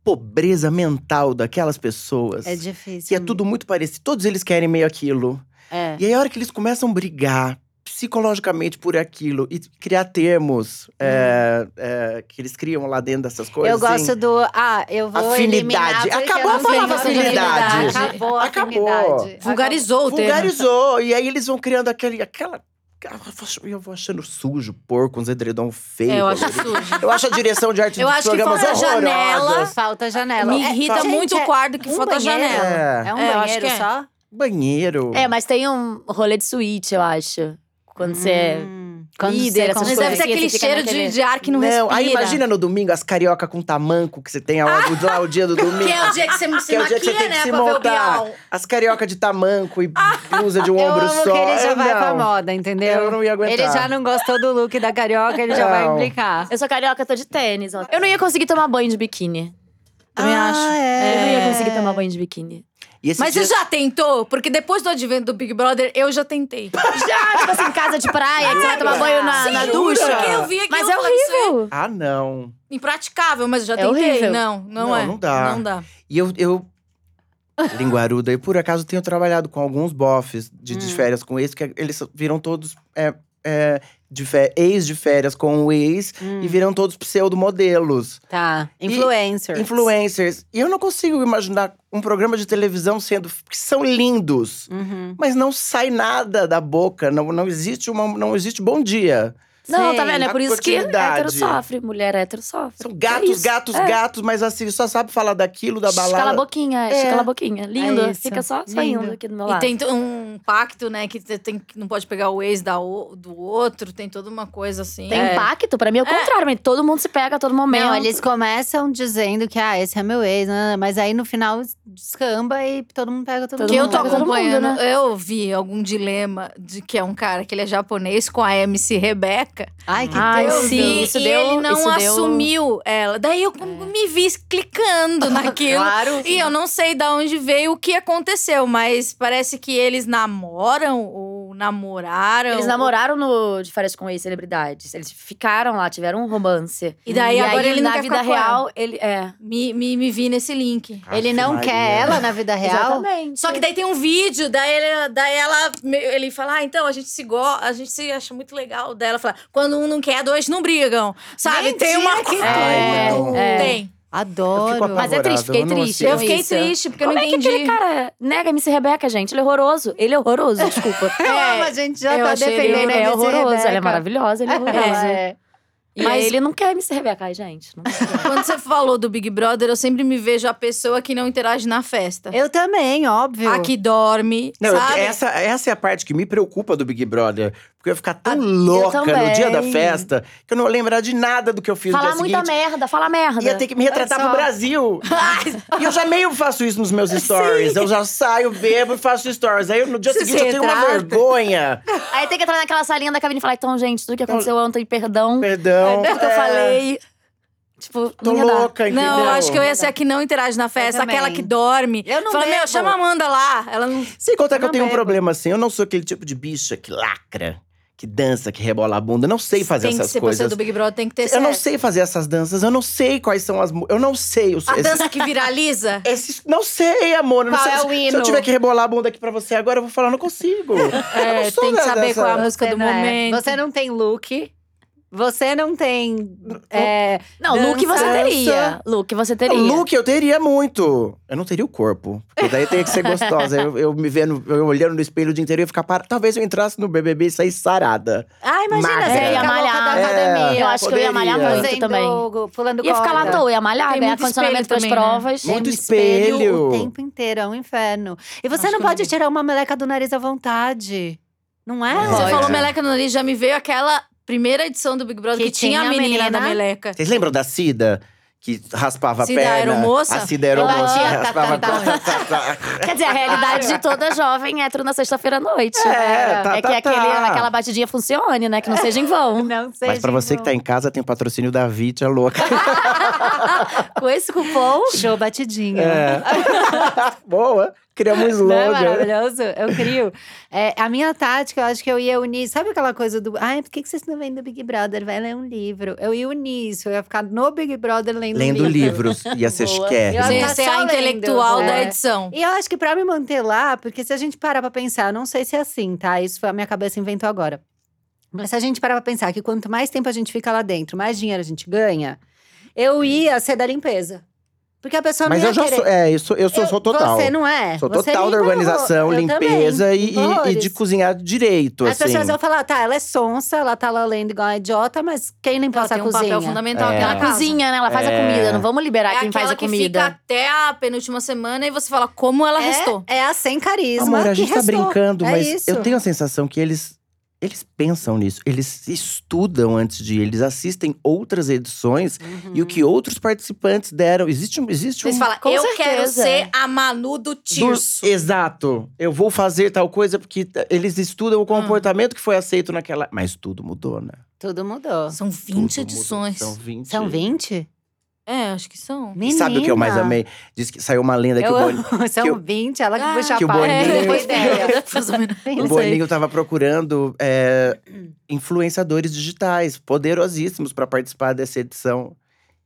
Speaker 2: pobreza mental daquelas pessoas.
Speaker 1: é
Speaker 2: E
Speaker 1: difícil.
Speaker 2: é tudo muito parecido. Todos eles querem meio aquilo.
Speaker 1: É.
Speaker 2: E aí, a hora que eles começam a brigar psicologicamente por aquilo e criar termos
Speaker 4: Hum.
Speaker 2: é, é, que eles criam lá dentro dessas coisas.
Speaker 1: eu gosto
Speaker 2: assim,
Speaker 1: do. Ah, eu vou.
Speaker 2: Afinidade.
Speaker 1: eliminar porque
Speaker 2: Acabou
Speaker 1: eu não
Speaker 2: a palavra
Speaker 1: tenho afinidade.
Speaker 4: afinidade.
Speaker 1: Acabou a
Speaker 2: Acabou.
Speaker 1: afinidade.
Speaker 4: Vulgarizou o termo.
Speaker 2: Vulgarizou. E aí eles vão criando aquele, aquela Cara, eu acho- Eu vou achando sujo, porco, uns edredom feio.
Speaker 4: É, eu acho
Speaker 2: colorido.
Speaker 4: sujo.
Speaker 2: Eu acho a direção de arte
Speaker 4: Eu
Speaker 2: dos
Speaker 4: acho que
Speaker 2: programas
Speaker 4: falta
Speaker 2: horrorosa.
Speaker 4: janela.
Speaker 1: Falta janela. É,
Speaker 4: Me irrita
Speaker 1: gente,
Speaker 4: muito o quarto que
Speaker 1: um
Speaker 4: falta
Speaker 1: banheiro.
Speaker 4: janela.
Speaker 2: É,
Speaker 1: É um
Speaker 4: É, eu acho
Speaker 1: banheiro
Speaker 4: que é.
Speaker 1: só?
Speaker 2: banheiro.
Speaker 3: É, mas tem um rolê de suíte, eu acho. Quando você é.
Speaker 1: Hum.
Speaker 3: líder,
Speaker 1: você
Speaker 3: essas
Speaker 4: Mas
Speaker 3: Mas
Speaker 4: deve
Speaker 3: deve
Speaker 4: ser
Speaker 3: ser
Speaker 4: aquele
Speaker 3: que fica
Speaker 4: cheiro de,
Speaker 3: naquele-
Speaker 4: de ar que não, respira.
Speaker 2: aí imagina no domingo as carioca com tamanco que você tem ao, lá o dia do domingo.
Speaker 4: [LAUGHS] Que é o dia que você
Speaker 2: [LAUGHS]
Speaker 4: se
Speaker 2: Que é o dia que você
Speaker 4: maquia,
Speaker 2: tem que
Speaker 4: né?
Speaker 2: se
Speaker 4: pra ver o
Speaker 2: montar.
Speaker 4: Bial.
Speaker 2: As carioca de tamanco e blusa de um
Speaker 1: Ah, Eu
Speaker 2: ombro
Speaker 1: amo
Speaker 2: só.
Speaker 1: que ele já
Speaker 2: eu
Speaker 1: vai
Speaker 2: não.
Speaker 1: pra moda, entendeu?
Speaker 2: Eu não ia aguentar.
Speaker 1: Ele já não gostou do look da carioca, ele já vai
Speaker 2: Não.
Speaker 1: implicar.
Speaker 3: Eu sou carioca, tô de tênis. ó. Eu não ia conseguir tomar banho de biquíni. Também
Speaker 1: Ah,
Speaker 3: acho.
Speaker 1: é.
Speaker 3: Eu não ia conseguir tomar banho
Speaker 1: [LAUGHS]
Speaker 3: de biquíni.
Speaker 2: E esses
Speaker 4: Mas você
Speaker 2: dias-
Speaker 4: já tentou? Porque depois do advento do Big Brother, eu já [LAUGHS] tentei.
Speaker 3: Já, tipo assim, casa de praia, que você vai tomar banho na,
Speaker 4: Sim,
Speaker 3: na
Speaker 2: jura?
Speaker 3: ducha.
Speaker 4: Porque eu vi aqui,
Speaker 3: Mas
Speaker 4: eu
Speaker 3: é
Speaker 4: falei, isso
Speaker 3: horrível.
Speaker 2: Ah, não.
Speaker 4: Impraticável, mas eu já
Speaker 3: É
Speaker 4: tentei.
Speaker 3: horrível.
Speaker 4: Não, não,
Speaker 2: Não,
Speaker 4: é.
Speaker 2: não dá.
Speaker 4: Não dá.
Speaker 2: E eu, eu linguaruda, e por acaso tenho trabalhado com alguns bofs de,
Speaker 1: Hum.
Speaker 2: de férias com ex, que é, eles viram todos é, é, de fé- ex de férias com o ex
Speaker 1: Hum.
Speaker 2: e viram todos pseudomodelos,
Speaker 1: Tá. Influencer.
Speaker 2: influencers. E eu não consigo imaginar um programa de televisão sendo. que são lindos,
Speaker 1: Uhum.
Speaker 2: mas não sai nada da boca, não, não existe uma, não existe bom dia.
Speaker 3: Não,
Speaker 1: Sei.
Speaker 3: tá vendo? É
Speaker 2: A
Speaker 3: por isso que
Speaker 2: continuidade.
Speaker 3: hétero sofre. Mulher hétero sofre.
Speaker 2: São
Speaker 3: É
Speaker 2: gatos,
Speaker 3: isso.
Speaker 2: gatos, gatos, mas assim, só sabe falar daquilo, da
Speaker 3: Shh, Cala a
Speaker 2: balada.
Speaker 3: boquinha,
Speaker 2: É.
Speaker 3: é. cala a boquinha. Lindo,
Speaker 1: É isso.
Speaker 3: fica só, só
Speaker 1: Lindo.
Speaker 3: indo aqui do meu
Speaker 4: E
Speaker 3: lado.
Speaker 4: tem t- um pacto, né? Que você tem, que não pode pegar o ex da o- do outro, tem toda uma coisa assim.
Speaker 3: Tem
Speaker 4: É.
Speaker 3: impacto? Pra mim é o contrário, mas todo mundo se pega a todo momento.
Speaker 1: Não, eles começam dizendo que, ah, esse é meu ex, né? mas aí no final descamba e todo mundo pega todo
Speaker 3: Todo
Speaker 4: Que eu
Speaker 1: mundo.
Speaker 4: tô
Speaker 3: mundo, né? todo
Speaker 4: acompanhando,
Speaker 3: mundo,
Speaker 4: eu vi algum dilema de que é um cara que ele é japonês com a MC Rebeca.
Speaker 1: Ai, que
Speaker 3: Ai,
Speaker 4: Eu
Speaker 1: Deus.
Speaker 3: sim.
Speaker 4: vi,
Speaker 3: isso
Speaker 4: e
Speaker 3: deu-
Speaker 4: ele não
Speaker 3: isso deu- É.
Speaker 4: assumiu ela. Daí eu me vi
Speaker 3: [LAUGHS]
Speaker 4: clicando naquilo.
Speaker 1: Claro.
Speaker 4: E eu não sei de onde veio o que aconteceu, mas parece que eles namoram ou namoraram.
Speaker 3: Eles namoraram no de férias com ex-celebridades. Eles ficaram lá, tiveram um romance.
Speaker 4: E daí agora ele não
Speaker 3: na
Speaker 4: quer
Speaker 3: vida
Speaker 4: ficar com ela.
Speaker 3: real, ele é.
Speaker 4: Me, me, me vi nesse link.
Speaker 1: Ele não
Speaker 2: Maria.
Speaker 1: quer ela na vida real?
Speaker 3: Exatamente.
Speaker 4: Só que daí tem um vídeo, daí, ele, daí ela meio- ele fala: Ah, então a gente se go a gente se acha muito legal dela. Fala, quando um não quer, dois não brigam. Sabe? tem uma coisa.
Speaker 2: Ai, não.
Speaker 3: É.
Speaker 4: Tem.
Speaker 2: Eu fico
Speaker 1: Adoro.
Speaker 3: Mas é triste,
Speaker 2: Favorável,
Speaker 3: fiquei
Speaker 2: eu não
Speaker 3: triste.
Speaker 2: assisto.
Speaker 4: Eu fiquei
Speaker 3: isso.
Speaker 4: triste, porque
Speaker 3: Como
Speaker 4: eu
Speaker 3: é
Speaker 4: não
Speaker 3: que
Speaker 4: entendi.
Speaker 3: aquele cara nega MC Rebeca, gente? Ele é horroroso. Ele é horroroso, desculpa.
Speaker 4: [LAUGHS]
Speaker 1: Eu
Speaker 4: É,
Speaker 1: amo, a gente já
Speaker 4: eu
Speaker 1: tá
Speaker 4: achei ele-
Speaker 3: ele
Speaker 1: defendendo a
Speaker 3: é
Speaker 1: MC
Speaker 3: horroroso. Ela é
Speaker 1: Rebeca.
Speaker 3: maravilhosa, ele é horroroso.
Speaker 1: É.
Speaker 3: E
Speaker 4: Mas-
Speaker 3: aí ele não quer MC Rebeca. Ai, gente. Não
Speaker 4: Quando você falou do Big Brother, eu sempre me vejo a pessoa que não interage na festa.
Speaker 1: Eu também, óbvio.
Speaker 4: A que dorme,
Speaker 2: Não, eu-
Speaker 4: [LAUGHS] sabe?
Speaker 2: essa, essa é a parte que me preocupa do Big Brother. Porque eu ia ficar tão louca no
Speaker 3: também.
Speaker 2: dia da festa que eu não ia lembrar de nada do que eu fiz
Speaker 3: falar
Speaker 2: no dia
Speaker 3: muita
Speaker 2: seguinte.
Speaker 3: merda, fala merda.
Speaker 2: Ia ter que me retratar
Speaker 1: Olha só.
Speaker 2: pro Brasil. e eu já meio faço isso nos meus stories. Eu já saio, bebo e faço stories. Aí no dia
Speaker 4: Você
Speaker 2: seguinte
Speaker 4: se
Speaker 2: eu tenho uma
Speaker 4: retrata.
Speaker 2: vergonha.
Speaker 3: Aí tem que entrar naquela salinha da cabine e falar: então, gente, tudo que aconteceu ontem, perdão.
Speaker 2: Perdão.
Speaker 3: É, porque eu
Speaker 2: é,
Speaker 3: falei. Tipo,
Speaker 2: Tô
Speaker 3: não ia dar.
Speaker 2: louca, entendeu?
Speaker 4: Não, eu acho que eu ia ser a que não interage na festa,
Speaker 1: também.
Speaker 4: aquela que dorme.
Speaker 1: Eu não
Speaker 4: Fala, meu,
Speaker 1: bebo.
Speaker 4: chama a Amanda lá. Ela não.
Speaker 2: Sem contar que
Speaker 1: Eu
Speaker 2: eu tenho um
Speaker 1: bebo.
Speaker 2: problema assim. Eu não sou aquele tipo de bicha que lacra, que dança, que rebola a bunda. Eu não sei fazer
Speaker 4: tem que
Speaker 2: essas
Speaker 4: ser pessoa
Speaker 2: coisas.
Speaker 4: do Big Brother, tem que ter
Speaker 2: Eu não
Speaker 4: sucesso.
Speaker 2: sei fazer essas danças. Eu não sei quais são as. mu- Eu não sei os.
Speaker 4: A
Speaker 2: esses-
Speaker 4: dança que viraliza.
Speaker 2: Esse- não sei, amor. Não
Speaker 1: Qual
Speaker 2: sei,
Speaker 1: é
Speaker 2: se,
Speaker 1: o
Speaker 2: se eu
Speaker 1: hino?
Speaker 2: tiver que rebolar a bunda aqui pra você agora, eu vou falar, não consigo. Eu
Speaker 4: É,
Speaker 2: não sou
Speaker 4: tem que
Speaker 2: da-
Speaker 4: saber
Speaker 2: dessa-
Speaker 4: qual é a música
Speaker 1: Você
Speaker 4: do
Speaker 1: não é.
Speaker 4: momento.
Speaker 1: Você não tem look. Você não tem. é,
Speaker 3: Não, look
Speaker 1: Dança,
Speaker 3: você
Speaker 1: dança.
Speaker 3: teria. Look você teria.
Speaker 2: O look eu teria muito. Eu não teria o corpo. Porque daí teria que ser gostosa. eu, eu me vendo, eu olhando no espelho o dia inteiro, eu ia ficar parado. Talvez eu entrasse no BBB e saísse sarada.
Speaker 1: Ah, imagina,
Speaker 2: Magra.
Speaker 1: você
Speaker 2: É,
Speaker 1: ia
Speaker 2: ia
Speaker 1: malhar
Speaker 3: malhar.
Speaker 1: da academia.
Speaker 2: É,
Speaker 3: eu acho que eu ia malhar
Speaker 2: poderia.
Speaker 3: muito
Speaker 1: fazendo-
Speaker 3: também.
Speaker 1: Pulando
Speaker 3: Ia ficar lá à
Speaker 1: corda.
Speaker 3: toa, ia malhar,
Speaker 4: Tem
Speaker 3: ganhar
Speaker 4: muito
Speaker 3: condicionamento
Speaker 4: espelho
Speaker 3: pras
Speaker 4: também, né?
Speaker 3: provas.
Speaker 2: Muito
Speaker 1: Um
Speaker 2: espelho.
Speaker 1: O tempo inteiro, é um inferno. E você
Speaker 4: Acho
Speaker 1: não
Speaker 4: que eu
Speaker 1: pode
Speaker 4: não-
Speaker 1: tirar uma meleca do nariz à vontade. Não é?
Speaker 2: Não
Speaker 4: Você
Speaker 2: Olha.
Speaker 4: falou meleca no nariz, já me veio aquela primeira edição do Big Brother que,
Speaker 1: Que
Speaker 4: tinha a
Speaker 1: tinha a
Speaker 4: menina, da
Speaker 1: menina.
Speaker 4: meleca.
Speaker 2: Vocês lembram da Cida? Que raspava
Speaker 4: Cida
Speaker 2: a perna.
Speaker 4: Aeromoça?
Speaker 2: A Cida era
Speaker 1: Ela
Speaker 2: moça.
Speaker 1: tinha-
Speaker 2: Raspava a perna. [LAUGHS]
Speaker 3: Quer dizer, a realidade de toda jovem hétero na sexta-feira à noite.
Speaker 2: É, tá,
Speaker 3: é que
Speaker 2: tá,
Speaker 3: aquele-
Speaker 2: tá.
Speaker 3: aquela batidinha funcione, né? Que não seja em
Speaker 4: [LAUGHS]
Speaker 3: vão.
Speaker 1: [LAUGHS] Não
Speaker 2: [LAUGHS]
Speaker 1: sei.
Speaker 2: Mas pra você que tá em casa, tem o patrocínio da Vit, é louca.
Speaker 3: Com esse cupom.
Speaker 1: Show batidinha.
Speaker 2: É. [LAUGHS] Boa. Criamos um
Speaker 1: Não é
Speaker 2: slogan.
Speaker 1: maravilhoso? Eu crio. É, a minha tática, eu acho que eu ia unir. Sabe aquela coisa do. Ai, por que que vocês não vêm do Big Brother? Vai ler um livro. Eu ia unir isso. Eu ia ficar no Big Brother lendo,
Speaker 2: Lendo
Speaker 1: um livro.
Speaker 2: livros. Ia ser
Speaker 3: Boa.
Speaker 2: chique.
Speaker 1: Eu
Speaker 4: Você
Speaker 1: ia
Speaker 4: ia
Speaker 1: tá
Speaker 4: ser
Speaker 1: só
Speaker 4: a
Speaker 1: lendo,
Speaker 4: intelectual
Speaker 1: né?
Speaker 4: da edição.
Speaker 1: E eu acho que pra me manter lá, porque se a gente parar pra pensar, eu não sei se é assim, tá? Isso foi a minha cabeça inventou agora. Mas se a gente parar pra pensar que quanto mais tempo a gente fica lá dentro, mais dinheiro a gente ganha, eu ia ser da limpeza. Porque a pessoa
Speaker 2: Mas
Speaker 1: não ia
Speaker 2: eu já
Speaker 1: querer.
Speaker 2: sou. É, eu sou, eu sou, sou total.
Speaker 1: Você não é.
Speaker 2: Sou
Speaker 1: Você
Speaker 2: total da
Speaker 1: limpa
Speaker 2: organização,
Speaker 1: horror- eu
Speaker 2: limpeza
Speaker 1: também,
Speaker 2: e,
Speaker 1: limpa
Speaker 2: e- e
Speaker 1: horrores.
Speaker 2: de cozinhar direito,
Speaker 1: As
Speaker 2: assim.
Speaker 1: pessoas vão falar, tá, ela é sonsa, ela tá lá lendo igual uma idiota, mas quem limpou
Speaker 4: Ela
Speaker 1: essa
Speaker 4: tem um papel
Speaker 1: tá cozinha?
Speaker 4: fundamental
Speaker 2: É.
Speaker 4: aquela
Speaker 3: Ela
Speaker 4: casa.
Speaker 3: cozinha, né? Ela faz a
Speaker 2: É.
Speaker 3: comida. Não vamos liberar
Speaker 4: É
Speaker 3: quem faz
Speaker 4: aquela
Speaker 3: a
Speaker 4: que fica
Speaker 3: comida.
Speaker 4: até a penúltima semana e você fala como ela restou.
Speaker 1: É, é a sem carisma
Speaker 2: Amor, a
Speaker 1: que
Speaker 2: gente tá
Speaker 1: restou.
Speaker 2: brincando,
Speaker 1: É
Speaker 2: mas
Speaker 1: isso.
Speaker 2: eu tenho a sensação que eles. Eles pensam nisso, eles estudam antes de ir, eles assistem outras edições
Speaker 1: Uhum.
Speaker 2: e o que
Speaker 1: Hum.
Speaker 2: outros participantes deram. Existe um. Existe um
Speaker 4: Vocês falam,
Speaker 3: Com
Speaker 4: eu quero
Speaker 3: certeza.
Speaker 4: ser a Manu do Tirso.
Speaker 2: Do- Exato. Eu vou fazer tal coisa porque t- eles
Speaker 1: Ah.
Speaker 2: estudam o comportamento que foi aceito naquela. Mas tudo mudou, né?
Speaker 1: Tudo mudou.
Speaker 4: São
Speaker 2: Tudo então.
Speaker 4: 20 edições.
Speaker 2: Mudou. São 20.
Speaker 1: São 20?
Speaker 4: É, acho que são.
Speaker 2: E sabe o que eu mais
Speaker 1: Menina.
Speaker 2: amei? Diz que saiu uma lenda que
Speaker 1: Eu
Speaker 2: o Boni-
Speaker 1: amo. São
Speaker 2: que o-
Speaker 1: 20, é um ela que
Speaker 4: Ah,
Speaker 1: puxa
Speaker 2: que
Speaker 1: a
Speaker 2: o
Speaker 1: pauta.
Speaker 2: Boninho-
Speaker 1: Não foi
Speaker 4: [LAUGHS]
Speaker 1: ideia. Não
Speaker 2: O
Speaker 1: sei.
Speaker 2: Boninho tava procurando é, influenciadores digitais, poderosíssimos, para participar dessa edição.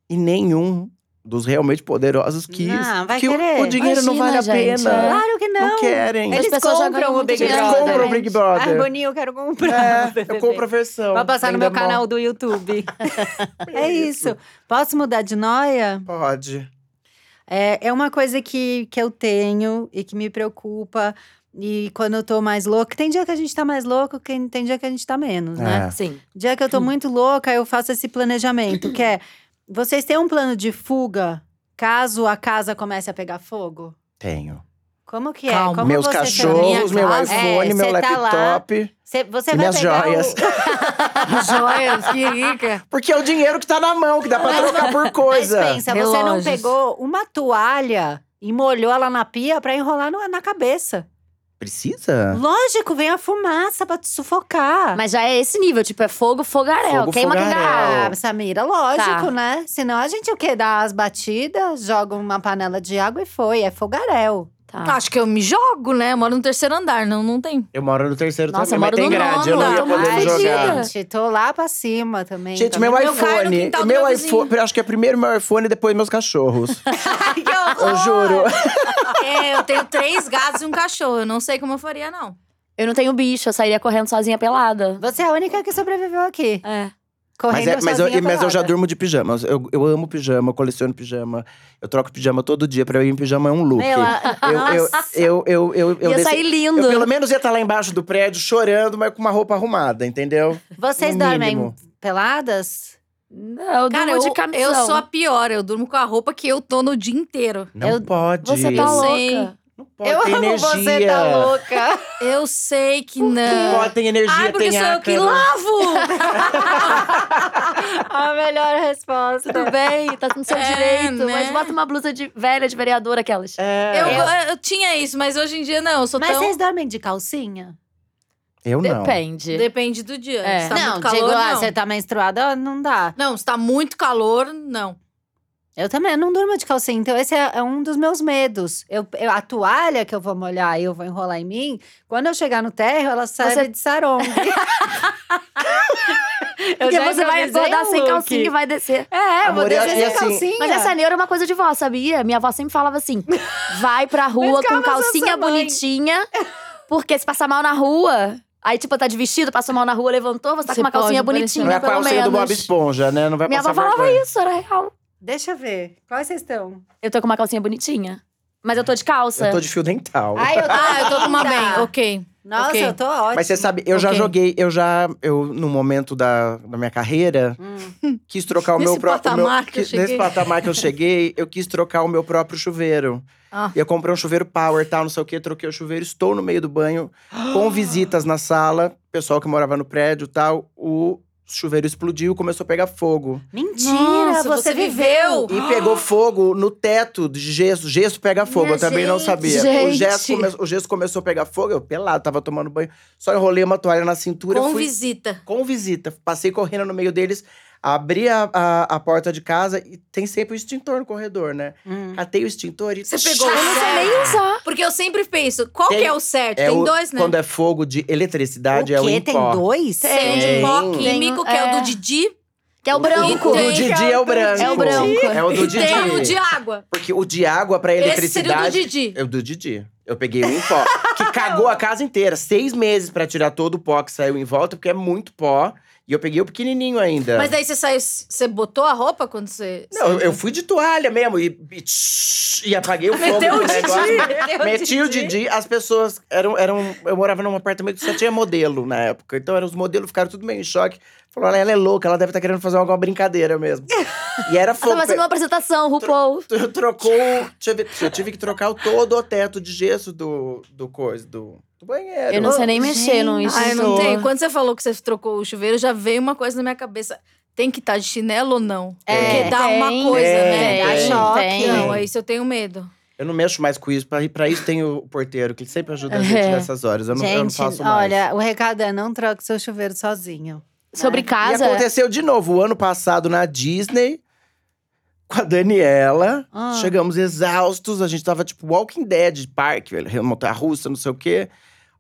Speaker 2: E nenhum dos realmente poderosos quis.
Speaker 1: Não, Ah, vai
Speaker 2: que o,
Speaker 1: querer.
Speaker 2: o dinheiro não vale
Speaker 3: Imagina,
Speaker 2: a pena.
Speaker 3: gente, é.
Speaker 1: Claro que não.
Speaker 2: Não querem.
Speaker 3: As
Speaker 1: Eles
Speaker 3: pessoas já ganham
Speaker 1: compram o
Speaker 3: muito né?
Speaker 1: Big
Speaker 2: Eles
Speaker 3: dinheiro.
Speaker 1: Brother.
Speaker 2: compram o Big Brother.
Speaker 1: Ai, Ah, Boninho, eu quero comprar. um
Speaker 2: É, eu compro a versão.
Speaker 1: Vou passar no
Speaker 2: Ainda
Speaker 1: meu
Speaker 2: mal.
Speaker 1: canal do
Speaker 2: [LAUGHS]
Speaker 1: YouTube. é isso. Posso mudar de noia?
Speaker 2: Pode.
Speaker 1: É, é uma coisa que, que eu tenho e que me preocupa. E quando eu tô mais louca, tem dia que a gente tá mais louco, que- tem dia que a gente tá menos, né?
Speaker 2: É.
Speaker 3: Sim.
Speaker 1: Dia que eu tô muito louca, eu faço esse planejamento, que é… Vocês têm um plano de fuga, caso a casa comece a pegar fogo?
Speaker 2: Tenho.
Speaker 1: Como que
Speaker 4: Calma.
Speaker 1: é? Como
Speaker 2: meus
Speaker 1: você
Speaker 2: cachorros,
Speaker 4: minha
Speaker 2: meu
Speaker 4: casa.
Speaker 2: iPhone,
Speaker 1: É,
Speaker 2: meu
Speaker 1: cê tá lá.
Speaker 2: laptop
Speaker 1: Você, você
Speaker 2: e
Speaker 1: vai
Speaker 2: minhas
Speaker 1: pegar o-
Speaker 2: joias.
Speaker 3: [LAUGHS]
Speaker 4: Joias, que rica.
Speaker 2: Porque é o dinheiro que tá na mão, que dá pra trocar por coisa.
Speaker 1: [LAUGHS] Mas pensa, você não
Speaker 4: Relógios.
Speaker 1: pegou uma toalha e molhou ela na pia pra enrolar no- na cabeça.
Speaker 2: Precisa?
Speaker 1: Lógico, vem a fumaça pra te sufocar.
Speaker 3: Mas já é esse nível, tipo, é fogo, fogaréu.
Speaker 2: Fogo,
Speaker 3: Queima quem
Speaker 2: fogaréu.
Speaker 3: garra.
Speaker 1: Ah, Samira, lógico,
Speaker 3: Tá.
Speaker 1: né? Senão a gente o quê? Dá as batidas, joga uma panela de água e foi. É fogaréu.
Speaker 3: Tá.
Speaker 4: Acho que eu me jogo, né? Eu moro no terceiro andar, não,
Speaker 2: [LAUGHS]
Speaker 4: não tem.
Speaker 2: Eu moro no terceiro
Speaker 3: Nossa,
Speaker 2: também,
Speaker 3: eu
Speaker 2: mas
Speaker 3: moro
Speaker 2: tem
Speaker 3: no
Speaker 2: grade, eu
Speaker 3: nono,
Speaker 2: não ia
Speaker 3: tô muito
Speaker 2: poder jogar.
Speaker 3: perdida.
Speaker 1: Gente, tô lá pra cima também.
Speaker 2: Gente,
Speaker 1: tá
Speaker 2: meu
Speaker 1: vendo?
Speaker 4: Meu cai no
Speaker 2: iPhone.
Speaker 1: tá
Speaker 4: quintal do
Speaker 2: Meu
Speaker 4: meu
Speaker 1: assim.
Speaker 2: iPhone. Acho que é primeiro meu iPhone e depois
Speaker 1: [LAUGHS]
Speaker 2: meus cachorros. eu juro.
Speaker 4: É, eu tenho três gatos e um cachorro. Eu não sei como eu faria, não.
Speaker 3: Eu não tenho bicho, eu sairia correndo sozinha pelada.
Speaker 1: Você é a única que sobreviveu aqui.
Speaker 3: É.
Speaker 1: Correndo
Speaker 2: Mas, é- mas eu,
Speaker 1: sozinha
Speaker 2: e- mas eu já
Speaker 1: pelada.
Speaker 2: durmo de pijama. Eu, eu amo pijama, eu coleciono pijama. Eu troco pijama todo dia. Pra eu ir em pijama é um look.
Speaker 1: Meu, a-
Speaker 2: eu, eu, eu, eu, eu, eu
Speaker 3: Ia
Speaker 2: desci-
Speaker 3: sair lindo.
Speaker 2: Eu pelo menos ia estar lá embaixo do prédio chorando, mas com uma roupa arrumada, entendeu?
Speaker 1: Vocês
Speaker 2: No
Speaker 1: dormem
Speaker 2: mínimo.
Speaker 1: peladas?
Speaker 3: Não, eu
Speaker 4: Cara,
Speaker 3: durmo
Speaker 4: eu,
Speaker 3: de camisão.
Speaker 4: eu sou a pior. Eu durmo com a roupa que eu tô no dia inteiro.
Speaker 2: Não
Speaker 1: Eu-
Speaker 2: pode.
Speaker 3: Você tá
Speaker 4: Eu
Speaker 3: louca.
Speaker 4: sei.
Speaker 2: Não pode
Speaker 1: eu
Speaker 2: ter
Speaker 1: amo
Speaker 2: energia.
Speaker 1: você, tá louca.
Speaker 4: Eu sei que
Speaker 2: Não
Speaker 4: não.
Speaker 2: pode ter energia,
Speaker 4: Ai, porque
Speaker 2: tem
Speaker 4: sou eu que
Speaker 2: ácaro.
Speaker 4: lavo!
Speaker 2: [LAUGHS]
Speaker 1: a melhor resposta.
Speaker 3: Tudo bem, tá no seu
Speaker 4: É,
Speaker 3: direito. Mas
Speaker 4: né?
Speaker 3: bota uma blusa de velha, de vereadora, aquelas.
Speaker 2: É.
Speaker 4: Eu, eu tinha isso, mas hoje em dia não. Eu sou
Speaker 1: Mas
Speaker 4: tão.
Speaker 1: vocês dormem de calcinha?
Speaker 2: Eu não.
Speaker 3: Depende.
Speaker 4: Depende do dia.
Speaker 3: É.
Speaker 4: Se tá
Speaker 1: não,
Speaker 4: muito calor,
Speaker 1: digo, ah,
Speaker 4: não.
Speaker 1: você tá menstruada, não dá.
Speaker 4: Não, se tá muito calor, não.
Speaker 1: Eu também eu não durmo de calcinha, então esse é, é um dos meus medos. Eu, eu- a toalha que eu vou molhar e eu vou enrolar em mim, quando eu chegar no térreo, ela serve
Speaker 3: Você-
Speaker 1: de [LAUGHS] sarong. eu
Speaker 3: Porque
Speaker 1: já
Speaker 3: você vai
Speaker 1: improvisei
Speaker 3: acordar
Speaker 1: um
Speaker 3: sem
Speaker 1: look.
Speaker 3: calcinha e vai descer.
Speaker 1: É, eu vou
Speaker 2: Amor, e-
Speaker 1: descer
Speaker 2: e
Speaker 1: sem
Speaker 2: assim-
Speaker 1: calcinha.
Speaker 3: Mas essa neura é uma coisa de vó, sabia? Minha avó sempre falava assim: vai pra rua
Speaker 1: Mas
Speaker 3: com
Speaker 1: calma,
Speaker 3: calcinha
Speaker 1: sua mãe.
Speaker 3: bonitinha, porque se passar mal na rua. Aí, tipo, tá de vestido, passou mal na rua, levantou, você tá
Speaker 4: Você
Speaker 3: com uma calcinha
Speaker 4: pode
Speaker 3: bonitinha,
Speaker 2: Não é a
Speaker 3: pelo
Speaker 2: calcinha
Speaker 3: menos.
Speaker 2: do Bob Esponja, né? Não vai
Speaker 3: Minha avó
Speaker 2: passar
Speaker 3: falava
Speaker 2: vergonha.
Speaker 3: isso, era real.
Speaker 1: Deixa eu ver. Quais vocês estão?
Speaker 3: Eu tô com uma calcinha bonitinha. Mas eu tô de calça.
Speaker 2: Eu tô de fio dental.
Speaker 1: Ai, eu tô,
Speaker 4: Ah, eu tô
Speaker 1: [LAUGHS]
Speaker 4: com uma
Speaker 1: linda.
Speaker 4: bem. Ok.
Speaker 1: Nossa,
Speaker 4: ok.
Speaker 1: eu tô ótima.
Speaker 2: Mas você sabe, eu já
Speaker 4: Ok.
Speaker 2: joguei, eu já, eu, no momento da, da minha carreira,
Speaker 1: Hum,
Speaker 2: quis trocar o meu
Speaker 4: Nesse
Speaker 2: próprio. o meu-
Speaker 4: patamar que eu
Speaker 2: que- nesse
Speaker 4: cheguei.
Speaker 2: patamar que eu cheguei, eu quis trocar o meu próprio chuveiro.
Speaker 4: Ah.
Speaker 2: E eu comprei um chuveiro power, tal, não sei o quê, troquei o chuveiro, estou no meio do banho,
Speaker 4: [GASPS]
Speaker 2: com visitas na sala, pessoal que morava no prédio tal, o chuveiro explodiu e começou a pegar fogo.
Speaker 1: Mentira,
Speaker 4: Nossa,
Speaker 1: você,
Speaker 4: você
Speaker 1: viveu.
Speaker 4: viveu.
Speaker 2: E
Speaker 4: [GASPS]
Speaker 2: pegou fogo no teto de gesso. Gesso pega fogo,
Speaker 4: Minha
Speaker 2: eu também não
Speaker 4: gente.
Speaker 2: sabia. O,
Speaker 3: Gente.
Speaker 2: gesso come- o gesso começou a pegar fogo, eu pelado, tava tomando banho. Só enrolei uma toalha na cintura,
Speaker 4: Com
Speaker 2: fui
Speaker 4: visita.
Speaker 2: com visita. Passei correndo no meio deles, abri a, a, a porta de casa e tem sempre o extintor no corredor, né?
Speaker 1: Hum.
Speaker 2: Catei o extintor e.
Speaker 4: Você pegou
Speaker 3: Eu não sei nem usar.
Speaker 4: Porque eu sempre penso, qual
Speaker 2: Tem-
Speaker 4: que é o certo?
Speaker 2: É
Speaker 4: tem
Speaker 2: o-
Speaker 4: dois, né?
Speaker 2: Quando é fogo de eletricidade, é o em
Speaker 1: Tem
Speaker 2: pó.
Speaker 1: dois?
Speaker 4: Tem o de pó
Speaker 2: Tem.
Speaker 4: químico, que é
Speaker 3: É.
Speaker 4: o do Didi.
Speaker 3: Que é o branco.
Speaker 2: O do Didi é o branco.
Speaker 3: É o branco.
Speaker 2: É o do
Speaker 4: E
Speaker 2: Didi.
Speaker 4: tem o de água.
Speaker 2: Porque o de água pra
Speaker 4: Esse seria o do
Speaker 2: eletricidade.
Speaker 4: Didi.
Speaker 2: É o do Didi. Eu peguei um em pó.
Speaker 4: [LAUGHS]
Speaker 2: que cagou a casa inteira. Seis meses pra tirar todo o pó que saiu em volta, porque é muito pó. E eu peguei o pequenininho ainda.
Speaker 4: Mas é daí você saiu. Você botou a roupa quando você.
Speaker 2: Não, eu, eu fui de toalha mesmo e, e, tsh, e apaguei o fogo
Speaker 4: Meteu
Speaker 2: do
Speaker 4: o
Speaker 1: É
Speaker 4: Didi,
Speaker 2: negócio.
Speaker 1: [LAUGHS]
Speaker 2: [LAUGHS]
Speaker 4: meteu o
Speaker 2: Meti o
Speaker 4: Didi.
Speaker 2: Didi, as pessoas eram, eram. Eu morava num apartamento que só tinha modelo na época. Então eram os modelos ficaram tudo meio em choque. Falou, "Olha, ela é louca, ela deve estar querendo fazer alguma brincadeira
Speaker 3: [LAUGHS]
Speaker 2: mesmo. E era
Speaker 3: Ela
Speaker 2: fogo.
Speaker 3: tava sendo uma é apresentação, RuPaul.
Speaker 2: Eu trocou. Deixa eu, ver, eu tive que trocar o todo o teto de gesso do, do coisa, do, do banheiro.
Speaker 3: Eu não sei nem mexer num
Speaker 4: Ah, eu não
Speaker 3: extintor.
Speaker 4: tenho. Quando você falou que você trocou o chuveiro, já veio uma coisa na minha cabeça. Tem que estar de chinelo ou não?
Speaker 3: É,
Speaker 4: Porque dá uma
Speaker 3: tem,
Speaker 4: coisa,
Speaker 2: tem,
Speaker 4: né?
Speaker 2: tem,
Speaker 4: Dá
Speaker 2: tem.
Speaker 4: choque.
Speaker 3: Tem.
Speaker 4: Não, é isso, eu tenho medo.
Speaker 2: Eu não mexo mais com isso. Pra, pra isso tem o porteiro, que sempre ajuda a gente
Speaker 3: É.
Speaker 2: nessas horas. Eu não, eu não
Speaker 1: Gente,
Speaker 2: faço mais.
Speaker 1: olha, o recado é não troque seu chuveiro sozinho.
Speaker 3: Sobre casa.
Speaker 2: E aconteceu de novo, o ano passado na Disney, com a Daniela.
Speaker 1: Ah.
Speaker 2: Chegamos exaustos, a gente tava tipo Walking Dead, parque, montanha russa, não sei o quê.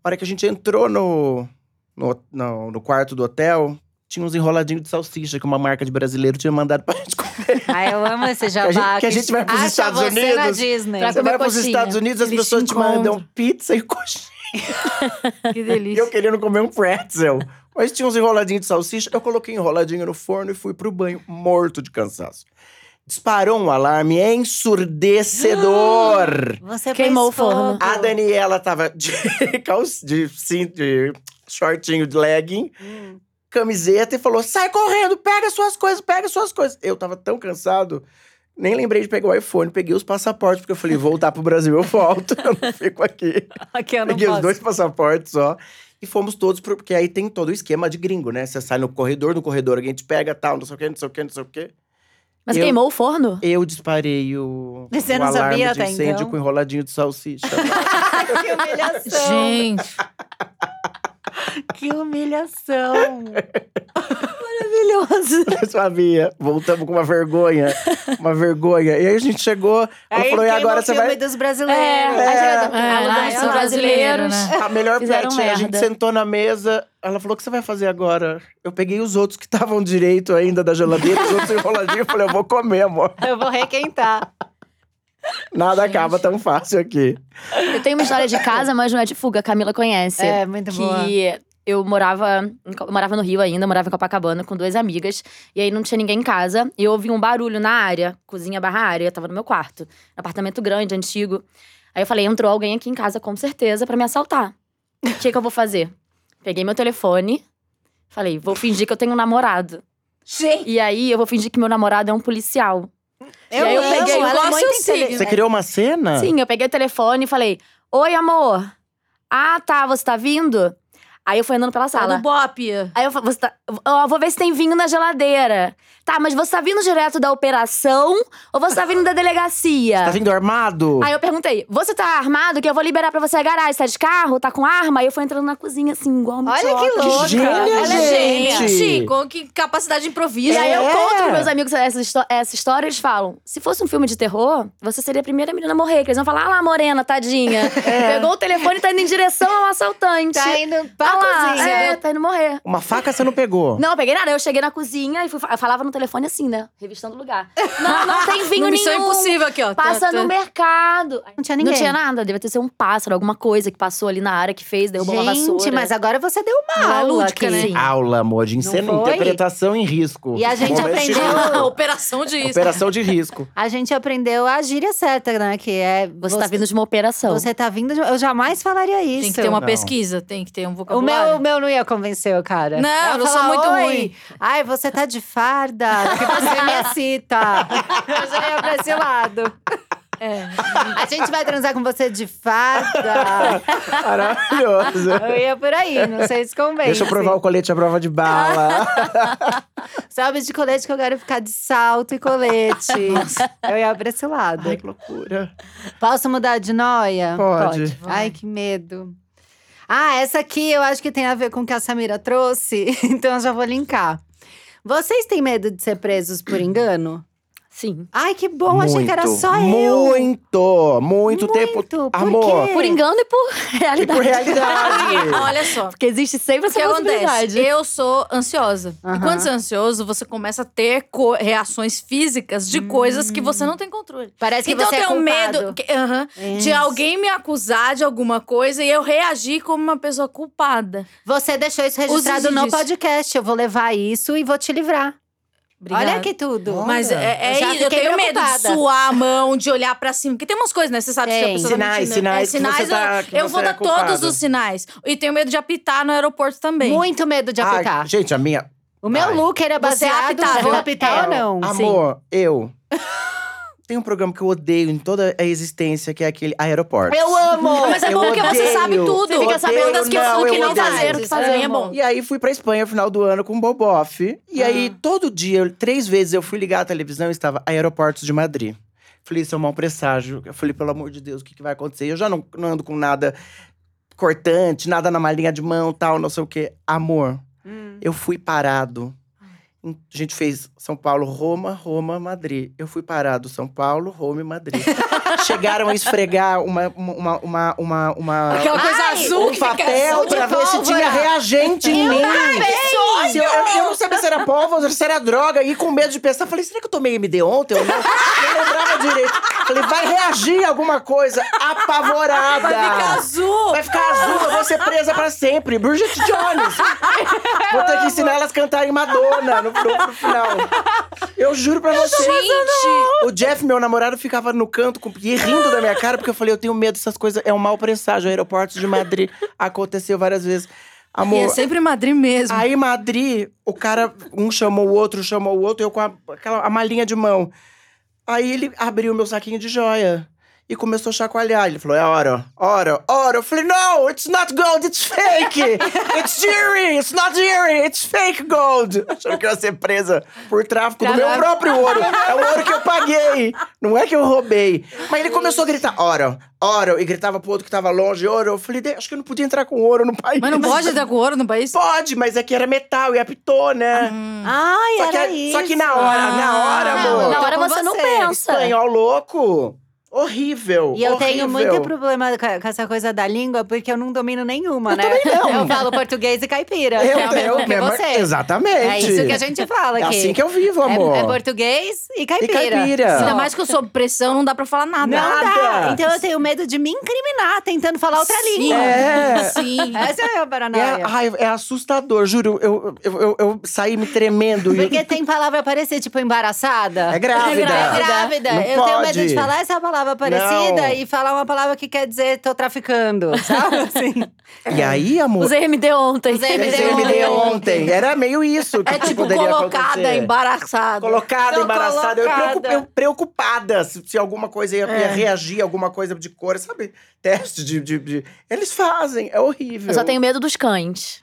Speaker 2: A hora que a gente entrou no, no, no, no quarto do hotel, tinha uns enroladinhos de salsicha que uma marca de brasileiro tinha mandado pra gente comer.
Speaker 1: Ai, Ah, eu amo esse
Speaker 2: a gente-
Speaker 1: jabá.
Speaker 2: [LAUGHS] que a gente vai pros
Speaker 1: acha
Speaker 2: Estados
Speaker 1: você na
Speaker 2: Unidos.
Speaker 1: Disney.
Speaker 3: Pra
Speaker 2: Você
Speaker 3: comer
Speaker 2: vai pros
Speaker 3: coxinha.
Speaker 2: Estados Unidos, as
Speaker 3: Eles te
Speaker 2: pessoas te mandam
Speaker 3: encontram.
Speaker 2: pizza e coxinha. E
Speaker 4: Que
Speaker 2: eu
Speaker 4: [LAUGHS] delícia.
Speaker 2: querendo comer um pretzel. Mas tinha uns enroladinhos de salsicha. Eu coloquei enroladinho no forno e fui pro banho, morto de cansaço. Disparou um alarme
Speaker 1: [GASPS]
Speaker 2: ensurdecedor.
Speaker 1: Você
Speaker 3: Queimou
Speaker 1: fez
Speaker 3: o forno.
Speaker 1: fogo.
Speaker 2: A Daniela tava de [LAUGHS] calça, de cinto, de shortinho de legging,
Speaker 1: Hum.
Speaker 2: camiseta e falou: sai correndo, pega suas coisas, pega suas coisas. Eu tava tão cansado. Nem lembrei de pegar o iPhone, peguei os passaportes, porque eu falei, voltar pro Brasil, eu volto, [LAUGHS] eu não fico aqui.
Speaker 1: Aqui eu não
Speaker 2: Peguei
Speaker 1: posso.
Speaker 2: os dois passaportes só. E fomos todos, pro- porque aí tem todo o esquema de gringo, né? Você sai no corredor, no corredor alguém te pega, tal, não sei o quê, não sei o quê, não sei o quê.
Speaker 3: Mas
Speaker 2: Eu-
Speaker 3: queimou o forno?
Speaker 2: Eu disparei o,
Speaker 1: Você
Speaker 2: o
Speaker 1: não
Speaker 2: alarme
Speaker 1: sabia
Speaker 2: de
Speaker 1: até
Speaker 2: incêndio
Speaker 1: então?
Speaker 2: com enroladinho de salsicha.
Speaker 1: [LAUGHS]
Speaker 2: [LAUGHS]
Speaker 1: Que
Speaker 4: Então.
Speaker 1: humilhação.
Speaker 4: Gente,
Speaker 1: Que humilhação. Maravilhoso.
Speaker 2: Eu sabia. Voltamos com uma vergonha. Uma vergonha. E aí a gente chegou, ela
Speaker 1: Aí
Speaker 2: falou, e
Speaker 1: queima
Speaker 2: agora
Speaker 1: o
Speaker 2: você
Speaker 1: filme
Speaker 2: vai...
Speaker 1: dos
Speaker 3: É,
Speaker 1: brasileiros.
Speaker 3: a gente-
Speaker 4: [LAUGHS] É.
Speaker 3: alugamos
Speaker 4: Ah,
Speaker 3: os
Speaker 4: são brasileiros,
Speaker 3: brasileiros.
Speaker 2: [LAUGHS]
Speaker 4: né?
Speaker 1: [LAUGHS]
Speaker 2: A melhor
Speaker 3: Fizeram
Speaker 2: parte, é, a gente
Speaker 3: merda.
Speaker 2: sentou na mesa, ela falou, o que você vai fazer agora? Eu peguei os outros que estavam direito ainda da geladeira, os outros enroladinhos, eu falei, eu vou comer, amor.
Speaker 1: Eu vou
Speaker 3: [LAUGHS]
Speaker 1: requentar.
Speaker 2: Nada acaba tão fácil aqui.
Speaker 3: Eu tenho uma história de casa, mas não é de fuga. A Camila conhece.
Speaker 1: É, muito boa.
Speaker 3: que eu morava, em Co- eu morava no Rio ainda, morava em Copacabana com duas amigas. E aí não tinha ninguém em casa. E eu ouvi um barulho na área, cozinha barra área. Eu tava no meu quarto, apartamento grande, antigo. Aí eu falei, entrou alguém aqui em casa com certeza pra me assaltar. O que que eu vou fazer? Peguei meu telefone, falei, vou fingir que eu tenho um namorado.
Speaker 4: gente,
Speaker 3: E aí eu vou fingir que meu namorado é um policial.
Speaker 1: Eu,
Speaker 3: aí eu
Speaker 1: amo,
Speaker 3: peguei, um
Speaker 4: eu
Speaker 1: ela é
Speaker 4: gosto
Speaker 1: muito
Speaker 4: assim.
Speaker 1: inteligente.
Speaker 2: Você criou uma cena?
Speaker 3: Sim, eu peguei o telefone e falei: Oi, amor. Ah, tá, você tá vindo? Aí eu fui andando pela
Speaker 4: tá
Speaker 3: sala.
Speaker 4: no Bop.
Speaker 3: Aí eu falei, você tá, ó, vou ver se tem vinho na geladeira. Tá, mas você tá vindo direto da operação ou você tá vindo da delegacia?
Speaker 2: Tá vindo armado?
Speaker 3: Aí eu perguntei, você tá armado que eu vou liberar pra você a garagem? Tá de carro? Tá com arma? Aí eu fui entrando na cozinha, assim, igual uma
Speaker 1: Olha que
Speaker 3: idiota.
Speaker 1: louca.
Speaker 2: gênia,
Speaker 4: Ela é gênia.
Speaker 2: gente.
Speaker 4: Chico, que capacidade de improviso.
Speaker 3: E aí eu
Speaker 2: É.
Speaker 3: conto pros meus amigos essa, histó- essa história, eles falam: se fosse um filme de terror, você seria a primeira menina a morrer. Que eles vão falar, ah lá, morena,
Speaker 2: [LAUGHS]
Speaker 3: tadinha.
Speaker 2: É.
Speaker 3: Pegou o telefone e tá indo em direção ao assaltante.
Speaker 1: Tá indo
Speaker 3: ah
Speaker 1: pra
Speaker 3: lá,
Speaker 1: cozinha.
Speaker 3: é, tá indo morrer.
Speaker 2: Uma faca você não pegou?
Speaker 3: Não, eu peguei nada. Eu cheguei na cozinha e fui, eu falava no telefone assim, né? Revistando o lugar. Não,
Speaker 4: [LAUGHS]
Speaker 3: não tem vinho
Speaker 4: Tá No
Speaker 3: nenhum.
Speaker 4: Missão Impossível aqui, ó.
Speaker 3: Passa
Speaker 4: Tá, tá.
Speaker 3: no mercado.
Speaker 1: Não tinha ninguém.
Speaker 3: Não tinha nada. Deve ter sido um pássaro, alguma coisa que passou ali na área que fez, derrubou uma
Speaker 1: Gente,
Speaker 3: vassoura. né?
Speaker 1: mas agora você deu uma
Speaker 4: Uma
Speaker 1: aula
Speaker 4: é lúdica, né?
Speaker 1: aqui.
Speaker 3: Sim.
Speaker 2: Aula, amor, de encenou
Speaker 1: foi?
Speaker 2: interpretação em risco.
Speaker 1: E a gente
Speaker 2: Momento de
Speaker 1: aprendeu-
Speaker 2: risco.
Speaker 4: Operação de isso.
Speaker 2: Operação de risco.
Speaker 1: A gente aprendeu a gíria certa, né? Que é…
Speaker 3: Você, tá vindo de uma operação.
Speaker 1: Você tá vindo… de- Eu jamais falaria isso.
Speaker 4: Então. Tem que ter uma
Speaker 2: Não.
Speaker 4: pesquisa, tem que ter um
Speaker 1: O meu, o
Speaker 4: vocabulário.
Speaker 1: [LAUGHS] meu não ia convencer o cara.
Speaker 4: Não,
Speaker 1: Ela
Speaker 4: eu não sou
Speaker 1: fala,
Speaker 4: muito
Speaker 1: "Oi,
Speaker 4: ruim."
Speaker 1: Ai, você tá de farda, que você
Speaker 4: [LAUGHS]
Speaker 1: me excita. Eu já ia pra esse lado.
Speaker 4: É.
Speaker 1: A gente vai transar com você de farda.
Speaker 2: Maravilhoso.
Speaker 1: [LAUGHS] Eu ia por aí, não sei se convence.
Speaker 2: Deixa eu provar o colete à prova
Speaker 1: [LAUGHS]
Speaker 2: de bala.
Speaker 1: Sobe de colete que eu quero ficar de salto e colete. eu ia pra esse lado.
Speaker 2: Ai, que loucura.
Speaker 1: Posso mudar de noia?
Speaker 2: Pode.
Speaker 1: Ai, que medo. Ah, essa aqui eu acho que tem a ver com o que a Samira [LAUGHS] trouxe, então eu já vou linkar. Vocês têm medo de ser presos por engano?
Speaker 3: Sim.
Speaker 1: Ai, que bom, achei que era só eu.
Speaker 2: muito, muito, tempo.
Speaker 1: Muito, por
Speaker 2: Amor,
Speaker 1: quê?
Speaker 3: Por engano e por
Speaker 2: e
Speaker 3: É. [LAUGHS] realidade.
Speaker 1: [LAUGHS]
Speaker 2: por realidade.
Speaker 4: Olha só.
Speaker 3: Porque existe sempre
Speaker 4: O que
Speaker 3: essa possibilidade.
Speaker 4: acontece? Eu sou ansiosa.
Speaker 1: Aham.
Speaker 4: E quando você é ansioso, você começa a ter co- reações físicas de coisas que você não tem controle.
Speaker 3: Parece que
Speaker 4: então
Speaker 3: você
Speaker 4: eu
Speaker 3: é
Speaker 4: tenho
Speaker 3: culpado.
Speaker 4: medo que- aham, de
Speaker 1: Isso.
Speaker 4: alguém me acusar de alguma coisa e eu reagir como uma pessoa culpada.
Speaker 1: Você deixou isso registrado
Speaker 4: Use
Speaker 1: no
Speaker 4: disso.
Speaker 1: podcast. Eu vou levar isso e vou te livrar.
Speaker 3: Obrigada.
Speaker 1: Olha que tudo.
Speaker 2: Olha.
Speaker 4: Mas é, é
Speaker 1: Eu já
Speaker 4: isso. Eu
Speaker 1: fiquei
Speaker 4: tenho medo de
Speaker 1: preocupada.
Speaker 4: suar a mão, de olhar pra cima. Porque tem umas coisas, né? Você sabe se a
Speaker 1: Tem.
Speaker 4: pessoa tá
Speaker 2: Sinais,
Speaker 4: mentindo.
Speaker 2: sinais,
Speaker 4: É, sinais
Speaker 2: que você tá, que
Speaker 4: eu, eu
Speaker 2: você
Speaker 4: vou
Speaker 2: é
Speaker 4: dar
Speaker 2: culpada.
Speaker 4: todos os sinais. E tenho medo de apitar no aeroporto também.
Speaker 1: Muito medo de
Speaker 2: Ai,
Speaker 1: apitar.
Speaker 2: gente, a minha.
Speaker 1: o meu
Speaker 2: ai.
Speaker 1: look era
Speaker 4: Você
Speaker 1: baseado
Speaker 4: apitava?
Speaker 1: vou apitar
Speaker 4: É.
Speaker 1: ou Tá, não.
Speaker 2: Amor, eu. Tem um programa que eu odeio em toda a existência, que é aquele aeroporto.
Speaker 1: Eu amo!
Speaker 4: Mas é
Speaker 2: Eu
Speaker 4: bom porque você
Speaker 2: odeio.
Speaker 4: sabe tudo.
Speaker 2: Você fica sabendo
Speaker 4: das que
Speaker 2: não,
Speaker 4: o que
Speaker 2: eu
Speaker 4: não
Speaker 2: odeio.
Speaker 4: fazer, o que fazer. É bom.
Speaker 2: E aí fui pra Espanha no final do ano com o Boboff. E
Speaker 4: Ah.
Speaker 2: aí, todo dia, eu- três vezes eu fui ligar a televisão e estava Aeroportos de Madrid. Falei, isso é um mau presságio. Eu falei, pelo amor de Deus, o que, que vai acontecer? Eu já não, não ando com nada cortante, nada na malinha de mão, tal, não sei o quê. Amor,
Speaker 1: Hum.
Speaker 2: eu fui parado. Em- A gente fez São Paulo, Roma, Roma, Madrid. Eu fui parado São Paulo, Roma e Madrid.
Speaker 4: [LAUGHS]
Speaker 2: Chegaram a esfregar uma, uma, uma, uma, uma
Speaker 4: Aquela coisa
Speaker 2: um
Speaker 4: azul que fica
Speaker 2: papel
Speaker 4: azul de
Speaker 2: pra ver se
Speaker 4: pólvora.
Speaker 2: tinha reagente em mim.
Speaker 4: É
Speaker 2: Se eu, eu- eu não sabia se era pólvora, se era droga. E com medo de pensar, falei, será que eu tomei MD ontem ou não? Não lembrava direito. Falei, vai reagir alguma coisa. Apavorada.
Speaker 4: Vai ficar azul.
Speaker 2: Vai ficar azul, eu vou ser presa pra sempre. Bridget Jones. Vou ter que ensinar elas a cantarem Madonna no, no- no final. Eu juro pra você. O Jeff, meu namorado, ficava no canto com, e rindo da minha cara, porque eu falei, eu tenho medo dessas coisas. É um mau presságio. Aeroportos de Madrid aconteceu várias vezes.
Speaker 4: E é
Speaker 2: Amor,
Speaker 4: sempre Madrid mesmo.
Speaker 2: aí em Madrid, o cara, um chamou o outro, chamou o outro, eu com a, aquela a malinha de mão. Aí ele abriu meu saquinho de joia. E começou a chacoalhar. Ele falou: é hora, hora, hora. Eu falei: no, it's not gold, it's fake.
Speaker 4: [LAUGHS]
Speaker 2: It's jewelry, it's not jewelry, it's fake gold. Achando que eu ia ser presa por tráfico do meu próprio ouro. É o ouro que eu paguei. Não é que eu roubei. Mas ele começou a gritar: hora, hora. E gritava pro outro que tava longe: ouro. Eu falei: "De- acho que eu não podia entrar com ouro no país.
Speaker 4: Mas não pode dar com ouro no país?
Speaker 2: Pode, mas é que era metal e apitou, né?
Speaker 1: Ai,
Speaker 2: só, que,
Speaker 1: Ah, era
Speaker 2: a-
Speaker 1: isso. Ah,
Speaker 2: só que na hora, na hora,
Speaker 4: Tá
Speaker 3: Não,
Speaker 2: amor.
Speaker 3: na
Speaker 4: então
Speaker 3: hora
Speaker 1: com
Speaker 3: você, não
Speaker 1: você.
Speaker 3: pensa.
Speaker 2: Espanhol louco. Horrível.
Speaker 1: E eu tenho
Speaker 2: horrível.
Speaker 1: muito problema com com essa coisa da língua, porque eu não domino nenhuma, né?
Speaker 2: não.
Speaker 1: Eu falo português e caipira.
Speaker 2: Eu,
Speaker 1: é o mesmo
Speaker 2: eu
Speaker 1: que
Speaker 2: mesma-
Speaker 1: você.
Speaker 2: Exatamente.
Speaker 1: É isso que a gente fala
Speaker 2: É
Speaker 1: aqui.
Speaker 2: assim que eu vivo,
Speaker 1: É-
Speaker 2: amor.
Speaker 1: É, português e caipira.
Speaker 2: caipira.
Speaker 4: Ainda mais que eu sob pressão, não dá pra falar nada.
Speaker 2: Não.
Speaker 1: Nada.
Speaker 2: Nada.
Speaker 1: Então eu tenho medo de me incriminar tentando falar outra
Speaker 4: Sim.
Speaker 1: língua.
Speaker 2: É.
Speaker 4: Sim.
Speaker 1: Essa é a
Speaker 2: É,
Speaker 1: paranoia.
Speaker 2: ai, é assustador, juro. Eu, eu, eu, eu saí me tremendo. e-
Speaker 1: Porque tem palavra parecida, tipo embaraçada.
Speaker 2: É grávida.
Speaker 1: É grávida.
Speaker 2: Não
Speaker 1: eu tenho medo
Speaker 2: pode.
Speaker 1: de falar essa palavra parecida
Speaker 2: Não.
Speaker 1: e falar uma palavra que quer dizer tô traficando,
Speaker 2: [LAUGHS]
Speaker 1: sabe? Assim.
Speaker 2: E aí, amor?
Speaker 3: Usei MD ontem.
Speaker 1: Usei MD
Speaker 2: Esse MD ontem. Era meio isso que
Speaker 4: É tipo
Speaker 2: poderia
Speaker 4: colocada,
Speaker 2: acontecer.
Speaker 4: embaraçada.
Speaker 2: Colocada,
Speaker 4: Tô
Speaker 2: embaraçada. Eu
Speaker 4: colocada.
Speaker 2: preocup- Eu preocupada se, se alguma coisa ia, ia reagir, alguma coisa de cor, sabe? Teste de. de- de- Eles fazem, é horrível.
Speaker 3: Eu só tenho medo dos cães.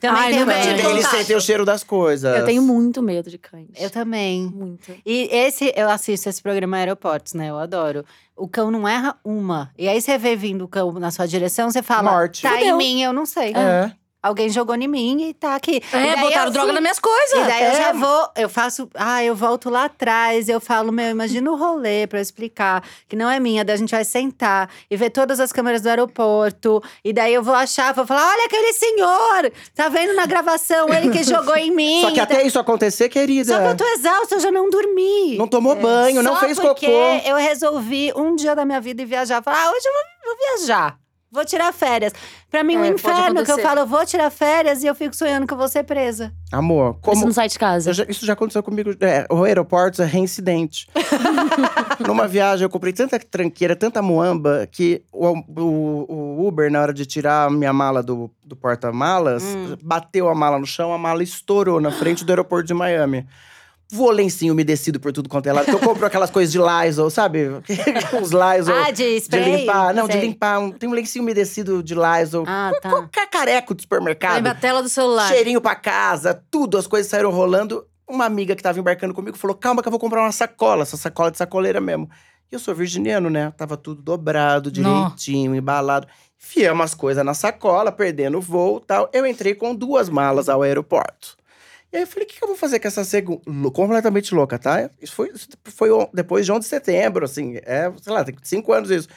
Speaker 1: Também
Speaker 4: Ai,
Speaker 1: tenho
Speaker 4: nunca
Speaker 1: medo
Speaker 4: tive
Speaker 1: de
Speaker 2: Eles
Speaker 1: contar.
Speaker 2: sentem o cheiro das coisas.
Speaker 3: Eu tenho muito medo de cães.
Speaker 1: Eu também.
Speaker 3: Muito.
Speaker 1: E esse, eu assisto esse programa Aeroportos, né? Eu adoro. O cão não erra uma. E aí você vê vindo o cão na sua direção, você fala,
Speaker 2: Morte.
Speaker 1: tá em
Speaker 3: Fudeu.
Speaker 1: mim, eu não sei.
Speaker 2: É.
Speaker 1: Alguém jogou em mim e tá aqui. E
Speaker 4: É,
Speaker 1: daí
Speaker 4: botaram
Speaker 1: eu
Speaker 4: droga
Speaker 1: fui-
Speaker 4: nas minhas coisas.
Speaker 1: E daí eu
Speaker 2: É.
Speaker 1: já vou, eu faço, ah, eu volto lá atrás, eu falo, meu, imagina o rolê pra eu explicar que não é minha, daí a gente vai sentar e ver todas as câmeras do aeroporto, e daí eu vou achar, vou falar, olha aquele senhor, tá vendo na gravação, ele que jogou em mim.
Speaker 2: Só que
Speaker 1: Daí-
Speaker 2: até isso acontecer, querida.
Speaker 1: Só que eu tô exausta, eu já não dormi.
Speaker 2: é. Não tomou banho, não
Speaker 1: Só
Speaker 2: fez
Speaker 1: porque
Speaker 2: cocô.
Speaker 1: eu resolvi um dia da minha vida ir viajar. Falar, ah, hoje eu vou, vou viajar. Vou tirar férias. Pra mim, é, um
Speaker 3: É, pode
Speaker 1: inferno que eu
Speaker 3: acontecer.
Speaker 1: falo, eu vou tirar férias e eu fico sonhando que eu vou ser presa.
Speaker 2: Amor,
Speaker 3: Isso
Speaker 2: como.
Speaker 3: não sai de casa.
Speaker 2: eu já- isso já aconteceu comigo. É, o aeroporto
Speaker 1: [LAUGHS]
Speaker 2: é reincidente. Numa viagem, eu comprei tanta tranqueira, tanta muamba, que o, o- o Uber, na hora de tirar a minha mala do, do porta-malas,
Speaker 1: Hum.
Speaker 2: bateu a mala no chão, a mala estourou na frente do aeroporto de Miami. Vou lencinho umedecido por tudo quanto é lado. que Eu compro aquelas coisas de Lysol, sabe? [LAUGHS] Os Lysol.
Speaker 1: Ah, de
Speaker 2: de
Speaker 1: spray?
Speaker 2: limpar. Não, de
Speaker 1: Sei.
Speaker 2: limpar. um- Tem um lencinho umedecido de Lysol.
Speaker 1: Ah, tá.
Speaker 2: Qualquer careco do supermercado.
Speaker 4: Lembra a tela do celular.
Speaker 2: Cheirinho pra casa, tudo, as coisas saíram rolando. Uma amiga que tava embarcando comigo falou: calma que eu vou comprar uma sacola, essa sacola de sacoleira mesmo. E eu sou virginiano, né? Tava tudo dobrado, direitinho, embalado. Enfiamos as coisas na sacola, perdendo o voo e tal. Eu entrei com duas malas ao aeroporto. E aí eu falei, o que, que eu vou fazer com essa cego lou- completamente louca, tá? Isso foi, isso foi on- depois de 11 de setembro, assim. É, sei lá, tem cinco anos isso.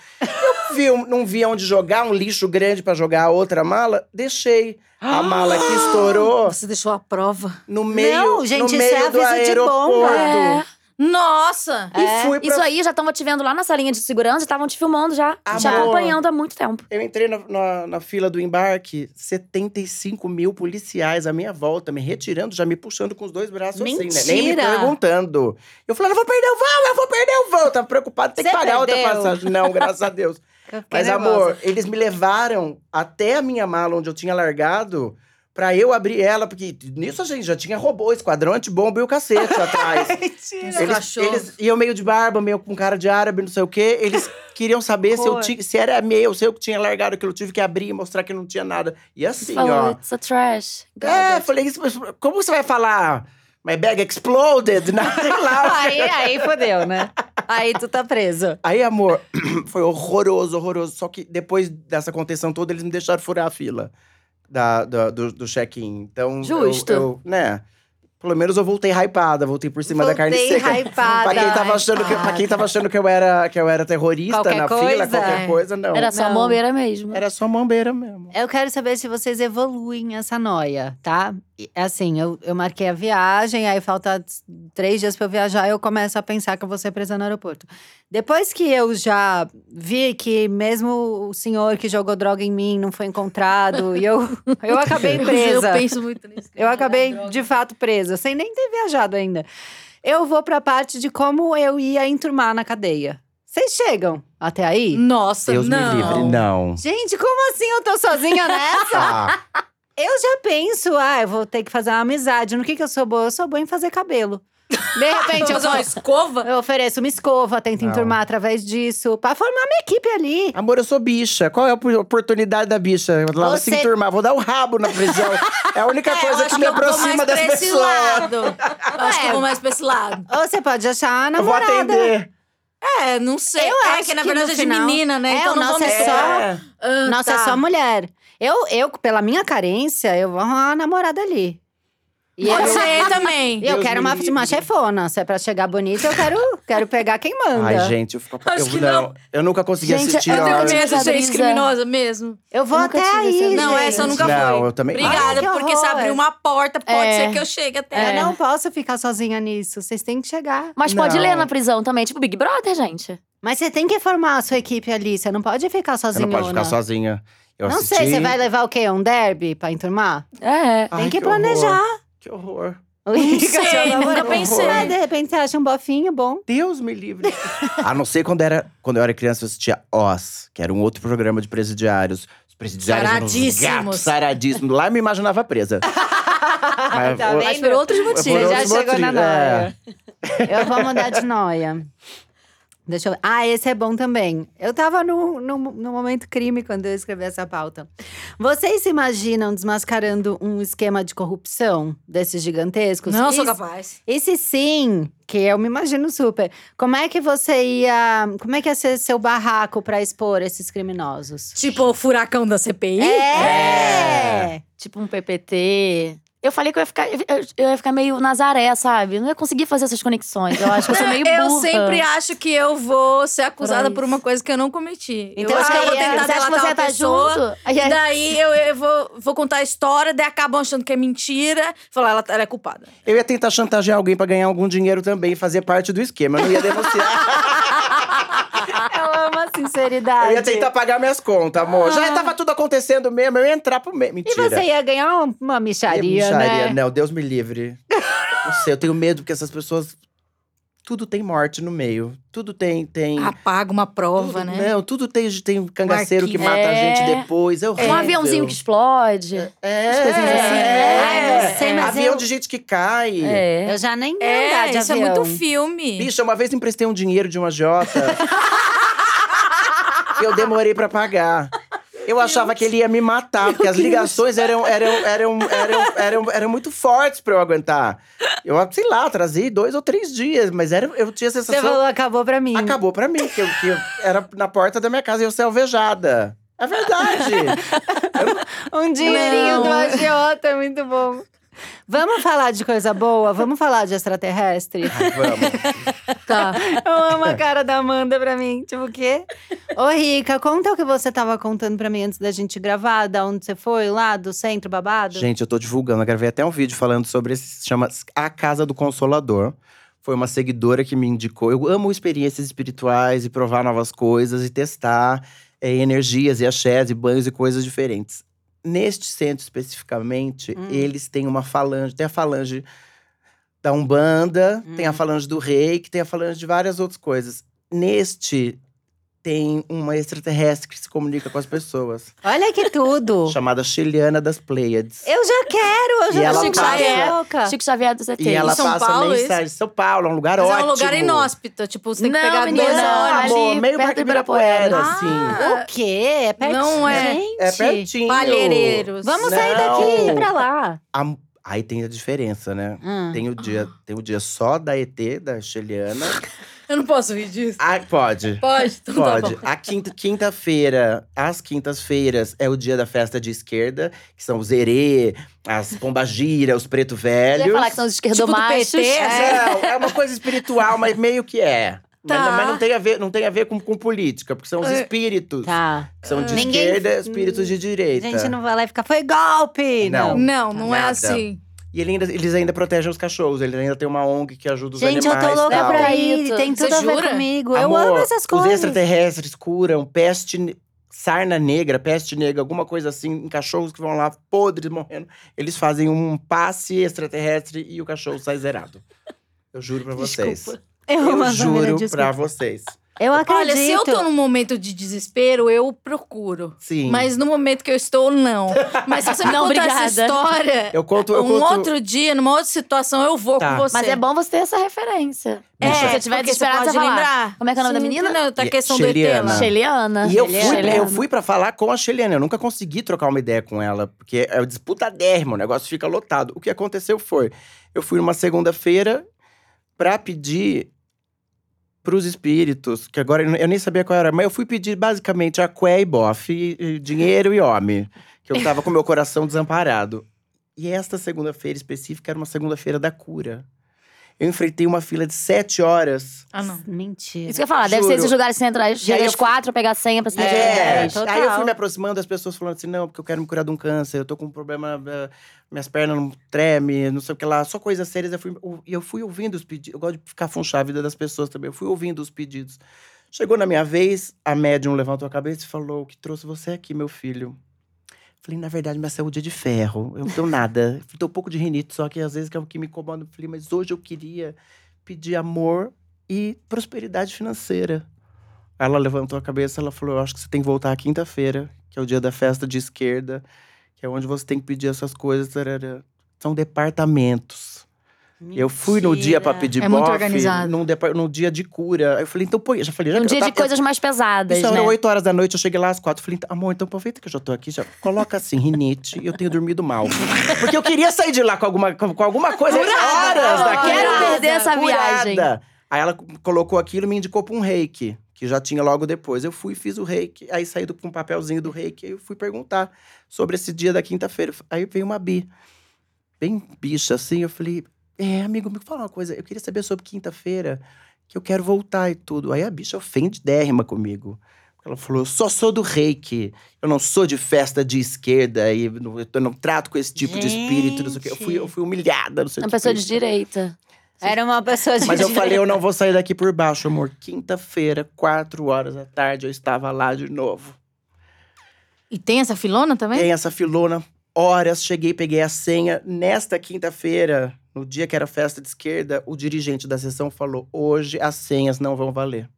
Speaker 2: Eu vi, um- não via onde jogar um lixo grande pra jogar a outra mala, deixei a
Speaker 5: Ah!
Speaker 2: mala que estourou
Speaker 4: Você deixou a prova.
Speaker 2: no meio,
Speaker 5: gente,
Speaker 2: no
Speaker 5: isso é
Speaker 2: meio do
Speaker 5: aviso de bomba. É,
Speaker 2: aeroporto.
Speaker 3: É.
Speaker 4: Nossa!
Speaker 2: E fui pra
Speaker 3: Isso aí já estavam te vendo lá na salinha de segurança, estavam te filmando já, te
Speaker 2: Amor.
Speaker 3: acompanhando há muito tempo.
Speaker 2: Eu entrei na, na- na fila do embarque, 75 mil policiais à minha volta, me retirando, já me puxando com os dois braços assim, né? Nem me
Speaker 1: Mentira!
Speaker 2: perguntando. Eu falei, eu vou perder o voo, eu vou perder o voo. Tava preocupado, tem que
Speaker 1: Você
Speaker 2: pagar outra
Speaker 1: perdeu?
Speaker 2: passagem. Não, graças
Speaker 1: [LAUGHS]
Speaker 2: a Deus.
Speaker 1: Eu fiquei
Speaker 2: Mas,
Speaker 1: nervosa.
Speaker 2: amor, eles me levaram até a minha mala onde eu tinha largado pra eu abrir ela, porque nisso a gente já tinha robô, esquadrão antibomba e o
Speaker 1: [LAUGHS]
Speaker 2: cacete atrás.
Speaker 1: Mentira.
Speaker 4: Os
Speaker 2: Eles,
Speaker 4: cachorros.
Speaker 2: eles iam meio de barba, meio com cara de árabe, não sei o quê. Eles queriam saber se, eu
Speaker 1: Cor.
Speaker 2: ti- se era meu, se eu que tinha largado aquilo. Eu tive que abrir e mostrar que não tinha nada. E assim,
Speaker 3: Falou,
Speaker 2: ó.
Speaker 3: it's a trash.
Speaker 2: É, falei, isso, mas como você vai falar? My bag exploded? [LAUGHS] Não, sei lá.
Speaker 1: Aí, aí fodeu, né? Aí tu tá preso.
Speaker 2: Aí, amor, [CLEARS THROAT] foi horroroso, horroroso. Só que depois dessa contenção toda, eles me deixaram furar a fila da- da- do, do check-in. Então, eu-
Speaker 3: Justo.
Speaker 2: eu, né? Pelo menos eu voltei hypada, voltei por cima da carne
Speaker 1: Voltei
Speaker 2: seca.
Speaker 1: hypada.
Speaker 2: Pra quem, tava achando que, pra quem tava achando que eu era, que eu era terrorista
Speaker 1: Qualquer
Speaker 2: na
Speaker 1: coisa,
Speaker 2: fila, qualquer
Speaker 1: é.
Speaker 2: coisa, não. É,
Speaker 3: Era só
Speaker 1: Não.
Speaker 3: bobeira mesmo.
Speaker 2: Era só mambeira mesmo.
Speaker 1: Eu quero saber se vocês evoluem essa noia, tá? E, Assim, eu, eu marquei a viagem, aí falta s- três dias pra eu viajar, eu começo a pensar que eu vou ser presa no aeroporto. Depois que eu já vi que mesmo o senhor que jogou droga em mim não foi encontrado, e eu, eu acabei presa.
Speaker 4: [LAUGHS] Eu penso muito nisso.
Speaker 1: Eu acabei, de fato, presa, sem nem ter viajado ainda. Eu vou pra parte de como eu ia enturmar na cadeia. Vocês chegam até
Speaker 4: Hum.
Speaker 1: aí?
Speaker 4: Nossa, não.
Speaker 2: não.
Speaker 1: Gente, como assim eu tô sozinha
Speaker 2: [LAUGHS]
Speaker 1: nessa?
Speaker 2: Ah,
Speaker 1: eu já penso, ah, eu vou ter que fazer uma amizade. No que que eu sou boa? Eu sou boa em fazer cabelo. De repente,
Speaker 4: [LAUGHS]
Speaker 1: eu,
Speaker 4: Fazer uma escova?
Speaker 1: eu ofereço uma escova, tento
Speaker 2: Não.
Speaker 1: enturmar através disso. Pra formar minha equipe ali.
Speaker 2: amor, eu sou bicha. Qual é a opor- oportunidade da bicha? Lá vai se
Speaker 1: Você-
Speaker 2: enturmar, vou dar um rabo na prisão. é a única
Speaker 4: [LAUGHS] É, eu
Speaker 2: coisa
Speaker 4: acho
Speaker 2: que me
Speaker 4: eu vou
Speaker 2: aproxima
Speaker 4: mais
Speaker 2: das
Speaker 4: pra esse
Speaker 2: pessoas.
Speaker 4: Lado. É. Eu acho que eu vou mais pra esse lado.
Speaker 1: Ou você pode achar a
Speaker 2: Eu vou
Speaker 1: namorada.
Speaker 2: atender.
Speaker 4: É, não sei.
Speaker 1: Eu
Speaker 4: é
Speaker 1: acho
Speaker 4: que na
Speaker 1: que
Speaker 4: verdade
Speaker 1: no
Speaker 4: é de
Speaker 1: final-
Speaker 4: menina, né?
Speaker 1: É,
Speaker 4: então
Speaker 1: o
Speaker 4: não
Speaker 1: nosso
Speaker 4: vou me
Speaker 1: é só-
Speaker 2: É.
Speaker 4: Ah,
Speaker 1: Nossa, é
Speaker 4: tá.
Speaker 1: só mulher. Eu, eu, pela minha carência, eu vou arrumar uma namorada ali. E é eu,
Speaker 4: Pode
Speaker 1: [LAUGHS]
Speaker 4: ser
Speaker 1: e
Speaker 4: também.
Speaker 1: eu
Speaker 2: Deus
Speaker 1: quero
Speaker 2: me
Speaker 1: uma,
Speaker 2: livre.
Speaker 1: uma chefona. Se é pra chegar bonita, eu quero, quero pegar quem manda.
Speaker 2: Ai, gente, eu fico.
Speaker 4: Acho
Speaker 2: eu,
Speaker 4: que
Speaker 2: não, eu nunca consegui
Speaker 3: Gente,
Speaker 2: assistir.
Speaker 3: eu
Speaker 4: Eu
Speaker 2: a
Speaker 3: tenho
Speaker 4: tenho
Speaker 2: hora.
Speaker 3: Olha,
Speaker 4: medo de
Speaker 3: essa
Speaker 4: ser
Speaker 3: brisa.
Speaker 4: criminosa mesmo.
Speaker 1: eu vou
Speaker 3: nunca
Speaker 1: até
Speaker 3: tive
Speaker 1: aí,
Speaker 3: essa
Speaker 1: gente.
Speaker 3: brisa.
Speaker 4: Não, essa eu nunca fui.
Speaker 2: Não, eu também.
Speaker 4: Obrigada,
Speaker 1: Ai, que
Speaker 4: porque se
Speaker 1: horror.
Speaker 4: abrir uma porta, pode
Speaker 3: É.
Speaker 4: ser que eu chegue até.
Speaker 1: Eu não posso ficar sozinha nisso. Vocês têm que chegar.
Speaker 3: Mas pode
Speaker 2: Não.
Speaker 3: ler na prisão também, tipo Big Brother, gente.
Speaker 1: Mas você tem que formar a sua equipe ali. Você não pode ficar
Speaker 2: Você
Speaker 1: sozinha.
Speaker 2: não pode ficar sozinha. Eu
Speaker 1: Não
Speaker 2: assisti.
Speaker 1: sei, você vai levar o quê? Um derby pra enturmar?
Speaker 3: É.
Speaker 2: Ai,
Speaker 1: tem que,
Speaker 2: horror,
Speaker 1: planejar.
Speaker 2: Que horror.
Speaker 1: [LAUGHS] Não
Speaker 4: sei, nunca pensei.
Speaker 1: Ah, de repente você acha um bofinho bom.
Speaker 2: Deus me livre. [LAUGHS] a não ser quando, era, quando eu era criança, eu assistia Oz, que era um outro programa de presidiários. Os presidiários eram uns
Speaker 4: Saradíssimos.
Speaker 2: gatos saradíssimos. Lá eu me
Speaker 1: [LAUGHS]
Speaker 2: imaginava presa. Mas,
Speaker 1: Tá
Speaker 2: o-
Speaker 1: vendo?
Speaker 3: Mas por outros motivos.
Speaker 2: Por
Speaker 1: já
Speaker 2: outros
Speaker 1: chegou na
Speaker 2: motivos, é.
Speaker 1: noia. Eu vou mudar de noia. Deixa eu ver. Ah, esse é bom também. Eu tava no, no, no momento crime quando eu escrevi essa pauta. Vocês se imaginam desmascarando um esquema de corrupção desses gigantescos?
Speaker 4: Não,
Speaker 1: E
Speaker 4: sou
Speaker 1: se-
Speaker 4: capaz.
Speaker 1: E se sim, que eu me imagino super, como é que você ia… Como é que ia ser seu barraco pra expor esses criminosos?
Speaker 4: Tipo, o furacão da CPI?
Speaker 1: É!
Speaker 3: Tipo um PPT. Eu falei que eu ia ficar, eu, eu ia ficar meio Nazaré, sabe? Eu não ia conseguir fazer essas conexões. Eu acho que eu sou meio burra.
Speaker 4: [LAUGHS] Eu sempre acho que eu vou ser acusada
Speaker 3: Pra
Speaker 4: por uma coisa que eu não cometi.
Speaker 1: Então
Speaker 4: eu acho que eu
Speaker 1: aí
Speaker 4: vou
Speaker 1: é-
Speaker 4: tentar
Speaker 3: você acha
Speaker 4: delatar
Speaker 3: que você
Speaker 4: uma
Speaker 3: tá
Speaker 4: pessoa.
Speaker 3: junto? Aí é-
Speaker 4: Daí eu, eu vou, vou contar a história, daí acabam achando que é mentira. Falar, ela, ela é culpada.
Speaker 2: Eu ia tentar chantagear alguém pra ganhar algum dinheiro também e fazer parte do esquema. Eu não
Speaker 1: [LAUGHS]
Speaker 2: ia denunciar.
Speaker 1: Eu amo a sinceridade.
Speaker 2: eu ia tentar pagar minhas contas, amor. Já tava tudo acontecendo mesmo, eu ia entrar pro meio.
Speaker 1: Ah. E
Speaker 2: Mentira.
Speaker 1: você ia ganhar um, uma micharia, né?
Speaker 2: Não, Deus me livre. não sei, eu tenho medo porque essas pessoas. Tudo tem morte no meio. Tudo tem. tem...
Speaker 1: Ah,
Speaker 4: Apaga uma prova,
Speaker 2: tudo-
Speaker 4: né?
Speaker 2: Não, tudo tem, tem um cangaceiro que
Speaker 4: Arquivo.
Speaker 2: mata
Speaker 3: É.
Speaker 2: a gente depois. É horrível.
Speaker 3: Um aviãozinho que explode.
Speaker 2: É.
Speaker 3: As coisinhas assim,
Speaker 2: é.
Speaker 3: né?
Speaker 1: Ai, não sei, mas
Speaker 2: Avião
Speaker 1: eu-
Speaker 2: de gente que cai.
Speaker 3: É.
Speaker 1: Eu já nem ia andar
Speaker 4: É,
Speaker 1: de
Speaker 4: isso é
Speaker 1: avião.
Speaker 4: muito filme.
Speaker 2: Bicha, uma vez emprestei um dinheiro de uma Jota. que eu demorei pra pagar. Eu achava que ele ia me matar, porque as ligações eram, eram, eram, eram, eram, eram muito fortes pra eu aguentar. Eu, sei lá, trazia dois ou três dias, mas era, eu tinha a
Speaker 1: Você
Speaker 2: sensação.
Speaker 1: falou, acabou pra mim.
Speaker 2: Acabou pra mim, que eu, que eu era na porta da minha casa e eu ser alvejada. É verdade.
Speaker 1: Um dinheirinho
Speaker 4: Não.
Speaker 1: do agiota, é muito bom. Vamos falar de coisa boa? Vamos falar de extraterrestre?
Speaker 2: Vamos.
Speaker 1: Tá. Eu amo a cara da Amanda pra mim. Tipo, o quê? Ô, Rica, conta o que você tava contando pra mim antes da gente gravar, da onde você foi, lá do centro babado.
Speaker 2: [LAUGHS] Gente, eu tô divulgando. Eu gravei até um vídeo falando sobre esse. Chama A Casa do Consolador. Foi uma seguidora que me indicou. Eu amo experiências espirituais e provar novas coisas e testar eh, energias e axés e banhos e coisas diferentes. Neste centro especificamente,
Speaker 1: Hum.
Speaker 2: eles têm uma falange. Tem a falange da Umbanda, tem a falange do Reiki, tem a falange de várias outras coisas. Neste, tem uma extraterrestre que se comunica com as pessoas,
Speaker 1: Olha que tudo!
Speaker 2: chamada Chiliana das Pleiades.
Speaker 1: Eu já quero! Eu
Speaker 2: E
Speaker 1: já
Speaker 2: ela
Speaker 1: tô
Speaker 3: passa-
Speaker 1: tá louca.
Speaker 3: [LAUGHS] Chico Xavier do ZT.
Speaker 2: E ela
Speaker 4: Em São
Speaker 2: passa
Speaker 4: Paulo,
Speaker 2: mensagem. São Paulo, é um lugar
Speaker 4: Mas
Speaker 2: ótimo.
Speaker 4: é um lugar inóspito. Tipo, você tem que
Speaker 3: Não,
Speaker 4: pegar
Speaker 3: menina,
Speaker 4: duas
Speaker 3: não,
Speaker 4: horas.
Speaker 3: ali
Speaker 2: amor, meio
Speaker 3: perto
Speaker 2: Parque
Speaker 3: do
Speaker 2: Ibirapuera,
Speaker 3: Ibirapuera.
Speaker 2: assim.
Speaker 1: O quê? É pertinho?
Speaker 4: Não é.
Speaker 1: Gente.
Speaker 2: é pertinho.
Speaker 4: Palheireiros.
Speaker 1: Vamos
Speaker 2: Não.
Speaker 1: sair daqui e ir pra lá.
Speaker 2: A- aí tem a diferença, né?
Speaker 1: Hum.
Speaker 2: Tem o dia, tem o dia só da ET, da Cheliana.
Speaker 4: Eu não posso rir disso.
Speaker 2: Ah,
Speaker 4: [LAUGHS]
Speaker 2: pode.
Speaker 4: Pode, então tá
Speaker 2: Pode.
Speaker 4: bom.
Speaker 2: A quinta- quinta-feira, às quintas-feiras, é o dia da festa de esquerda, que são os erê, as pombagira, os preto
Speaker 3: Eu
Speaker 2: velhos.
Speaker 3: ia falar que são os
Speaker 2: tipo
Speaker 4: do
Speaker 3: esquerdomachos.
Speaker 4: PT,
Speaker 3: é.
Speaker 2: Não, é uma coisa espiritual, mas meio que é.
Speaker 4: Tá.
Speaker 2: Mas, mas não tem a ver, não tem a ver com, com política, porque são os espíritos.
Speaker 1: É. Tá.
Speaker 2: que São de
Speaker 1: Ninguém-
Speaker 2: esquerda, espíritos de
Speaker 1: A
Speaker 2: direita.
Speaker 1: gente não vai lá e ficar. Foi golpe!
Speaker 2: Não.
Speaker 4: Não, não é
Speaker 2: Nada.
Speaker 4: assim.
Speaker 2: E ele ainda- eles ainda protegem os cachorros, eles ainda têm uma ONG que ajuda os
Speaker 1: Gente, eu
Speaker 2: animais.
Speaker 1: tô louca
Speaker 2: tal.
Speaker 1: pra ir.
Speaker 3: Você
Speaker 1: Tem tudo a ver
Speaker 4: jura?
Speaker 1: comigo.
Speaker 2: Amor,
Speaker 1: eu amo essas coisas.
Speaker 2: Os extraterrestres curam peste, ne- sarna negra, peste negra, alguma coisa assim, em cachorros que vão lá podres, morrendo. Eles fazem um passe extraterrestre e o cachorro sai zerado. Eu juro pra vocês.
Speaker 1: [LAUGHS] Eu, amo
Speaker 2: Eu
Speaker 1: essa menina,
Speaker 2: juro
Speaker 1: desculpa.
Speaker 2: pra vocês.
Speaker 1: Eu acredito.
Speaker 4: Olha, se eu tô num momento de desespero, eu procuro.
Speaker 2: Sim.
Speaker 4: Mas no momento que eu estou, não. Mas
Speaker 3: [LAUGHS]
Speaker 4: se você me
Speaker 3: Não,
Speaker 4: contar
Speaker 3: obrigada.
Speaker 4: essa história,
Speaker 2: eu conto, eu
Speaker 4: um
Speaker 2: conto.
Speaker 4: outro dia, numa outra situação, eu vou
Speaker 2: Tá.
Speaker 4: com você.
Speaker 3: Mas é bom você ter essa referência.
Speaker 2: É,
Speaker 3: se você tiver
Speaker 4: porque
Speaker 3: desesperado,
Speaker 4: pode
Speaker 3: você vai falar.
Speaker 4: lembrar.
Speaker 3: Como é que é o nome da
Speaker 4: Sim,
Speaker 3: menina?
Speaker 4: Não, tá
Speaker 2: Ye-
Speaker 4: a questão do ET
Speaker 2: Sheliana.
Speaker 4: lá.
Speaker 3: Cheliana.
Speaker 2: E eu
Speaker 4: é
Speaker 2: fui,
Speaker 3: Cheliana.
Speaker 2: eu fui pra falar com a Cheliana. Eu nunca consegui trocar uma ideia com ela, porque é disputa o negócio fica lotado. O que aconteceu foi: eu fui numa segunda-feira pra pedir pros espíritos, que agora eu n- eu nem sabia qual era, mas eu fui pedir basicamente a Qué e Bofe, e dinheiro e homem, que eu tava com meu coração desamparado. E esta segunda-feira específica era uma segunda-feira da cura. Eu enfrentei uma fila de sete horas.
Speaker 4: Ah, não.
Speaker 1: Mentira.
Speaker 3: Isso que eu ia falar, deve
Speaker 2: Juro.
Speaker 3: ser esses lugares centrais.
Speaker 2: E aí
Speaker 3: Chega
Speaker 2: eu
Speaker 3: às
Speaker 2: fui-
Speaker 3: quatro, pegar a senha pra
Speaker 2: É,
Speaker 3: sair às dez.
Speaker 1: total.
Speaker 2: Aí eu fui me aproximando das pessoas falando assim: não, porque eu quero me curar de um câncer, eu tô com um problema, eh, minhas pernas não tremem, não sei o que lá, só coisas sérias. Eu fui, ou- e eu fui ouvindo os pedidos, eu gosto de ficar funchar a vida das pessoas também, eu fui ouvindo os pedidos. Chegou na minha vez, a médium levantou a cabeça e falou: o que trouxe você aqui, meu filho? Falei, na verdade, minha saúde é de ferro. Eu não tenho nada. [LAUGHS] Eu tenho um pouco de rinite, só que às vezes que é o que me incomoda. Eu Falei, mas hoje eu queria pedir amor e prosperidade financeira. Ela levantou a cabeça, ela falou, eu acho que você tem que voltar à quinta-feira, que é o dia da festa de esquerda, que é onde você tem que pedir essas coisas. tarará. São departamentos. Eu fui no dia pra
Speaker 1: Mentira.
Speaker 2: pedir
Speaker 3: É muito
Speaker 2: bofe,
Speaker 3: organizado.
Speaker 2: num, depar- num dia de cura. Aí Eu falei, então põe. Eu Já falei, já
Speaker 3: Um
Speaker 2: que eu
Speaker 3: dia de
Speaker 2: tava- eu
Speaker 3: coisas mais pesadas,
Speaker 2: isso era
Speaker 3: né?
Speaker 2: 8 horas da noite, eu cheguei lá às 4. Falei, amor, então aproveita que eu já tô aqui, já coloca assim, rinite, eu tenho dormido mal. Porque eu queria sair de lá com alguma, com, com alguma coisa horas
Speaker 3: não
Speaker 2: daquela.
Speaker 3: quero perder essa viagem.
Speaker 2: curada. Aí ela colocou aquilo e me indicou pra um reiki, que já tinha logo depois. Eu fui, fiz o reiki, aí saí do- com um papelzinho do reiki, aí eu fui perguntar sobre esse dia da quinta-feira. Aí veio uma bi, bem bicha assim, eu falei, é, amigo, me fala uma coisa, eu queria saber sobre quinta-feira, que eu quero voltar e tudo. Aí a bicha ofende dérrima comigo. Ela falou, eu só sou do reiki, eu não sou de festa de esquerda, e não- eu não trato com esse tipo de espírito, não sei o quê. Eu fui, eu fui humilhada, não sei o
Speaker 3: Uma
Speaker 2: que.
Speaker 3: pessoa de direita.
Speaker 1: Era uma pessoa de.
Speaker 2: Mas
Speaker 4: [LAUGHS]
Speaker 2: eu
Speaker 1: [LAUGHS]
Speaker 2: falei, eu não vou sair daqui por baixo, amor. Quinta-feira, quatro horas da tarde, eu estava lá de novo.
Speaker 4: E tem essa filona também?
Speaker 2: Tem essa filona, horas, cheguei, peguei a senha. Nesta quinta-feira, no dia que era festa de esquerda, o dirigente da sessão falou: hoje as senhas não vão valer.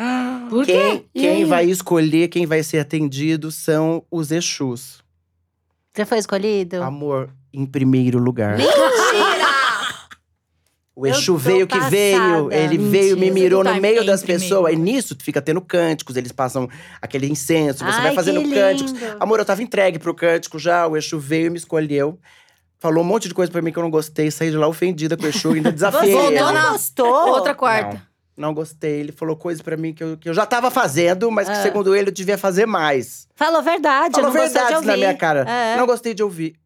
Speaker 4: [GASPS] Por quê?
Speaker 2: Quem, quem vai escolher, quem vai ser atendido são os Exus.
Speaker 1: Você foi escolhido?
Speaker 2: Amor, em primeiro lugar.
Speaker 1: Mentira!
Speaker 2: O
Speaker 1: Eu
Speaker 2: Exu
Speaker 1: tô
Speaker 2: veio que veio,
Speaker 1: passada.
Speaker 2: ele veio, me
Speaker 4: Mentira.
Speaker 2: mirou
Speaker 4: Tá
Speaker 2: no meio
Speaker 4: em
Speaker 2: das
Speaker 4: primeiro.
Speaker 2: pessoas. E nisso fica tendo cânticos, eles passam aquele incenso, você vai
Speaker 1: Ai,
Speaker 2: fazendo
Speaker 1: que
Speaker 2: cânticos.
Speaker 1: lindo.
Speaker 2: Amor, eu tava entregue pro cântico já, o Exu veio e me escolheu. Falou um monte de coisa pra mim que eu não gostei, saí de lá ofendida com o Exu, ainda desafiei.
Speaker 1: Você
Speaker 2: ele.
Speaker 1: não
Speaker 4: na-
Speaker 1: gostou?
Speaker 4: Outra quarta.
Speaker 2: Não, não gostei, ele falou coisa pra mim que eu, que eu já tava fazendo, mas que segundo ele eu devia fazer mais.
Speaker 1: Falou verdade, Ah. eu
Speaker 2: Falou
Speaker 1: não gostei de
Speaker 2: verdades
Speaker 1: ouvir.
Speaker 2: na minha cara.
Speaker 1: É.
Speaker 2: Não gostei de ouvir.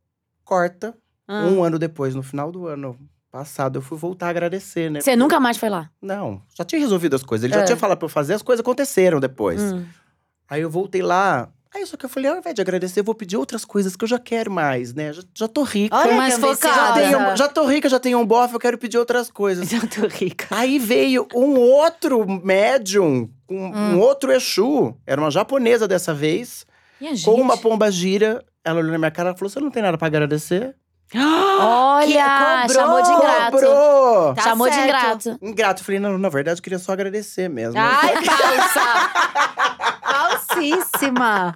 Speaker 2: Corta.
Speaker 1: Ah.
Speaker 2: Um ano depois, no final do ano passado, eu fui voltar a agradecer, né?
Speaker 3: Você nunca mais foi lá.
Speaker 2: Não, já tinha resolvido as coisas. Ele
Speaker 3: É.
Speaker 2: já tinha falado pra eu fazer, as coisas aconteceram depois.
Speaker 3: Hum.
Speaker 2: Aí eu voltei lá. Aí só que eu falei, ao invés de agradecer, eu vou pedir outras coisas que eu já quero mais, né? Já, já tô rica.
Speaker 1: Olha
Speaker 4: mais
Speaker 1: que ambiciosa.
Speaker 2: já,
Speaker 4: focada.
Speaker 2: tenho-
Speaker 1: [LAUGHS]
Speaker 2: já tô rica, já tenho um bofe, eu quero pedir outras coisas.
Speaker 3: [LAUGHS]
Speaker 1: Eu tô rica.
Speaker 2: Aí veio um outro médium, um,
Speaker 3: Hum.
Speaker 2: um outro Exu. Era uma japonesa dessa vez.
Speaker 3: Minha gente.
Speaker 2: Com uma pomba gira. Ela olhou na minha cara e falou, você não tem nada pra agradecer?
Speaker 3: Olha,
Speaker 1: Que cobrou,
Speaker 3: chamou de ingrato.
Speaker 2: Cobrou!
Speaker 1: Tá
Speaker 3: chamou
Speaker 1: certo.
Speaker 3: de ingrato.
Speaker 2: Ingrato. Eu falei, não, na verdade, eu queria só agradecer mesmo.
Speaker 3: Ai, falsa.
Speaker 1: Falsíssima.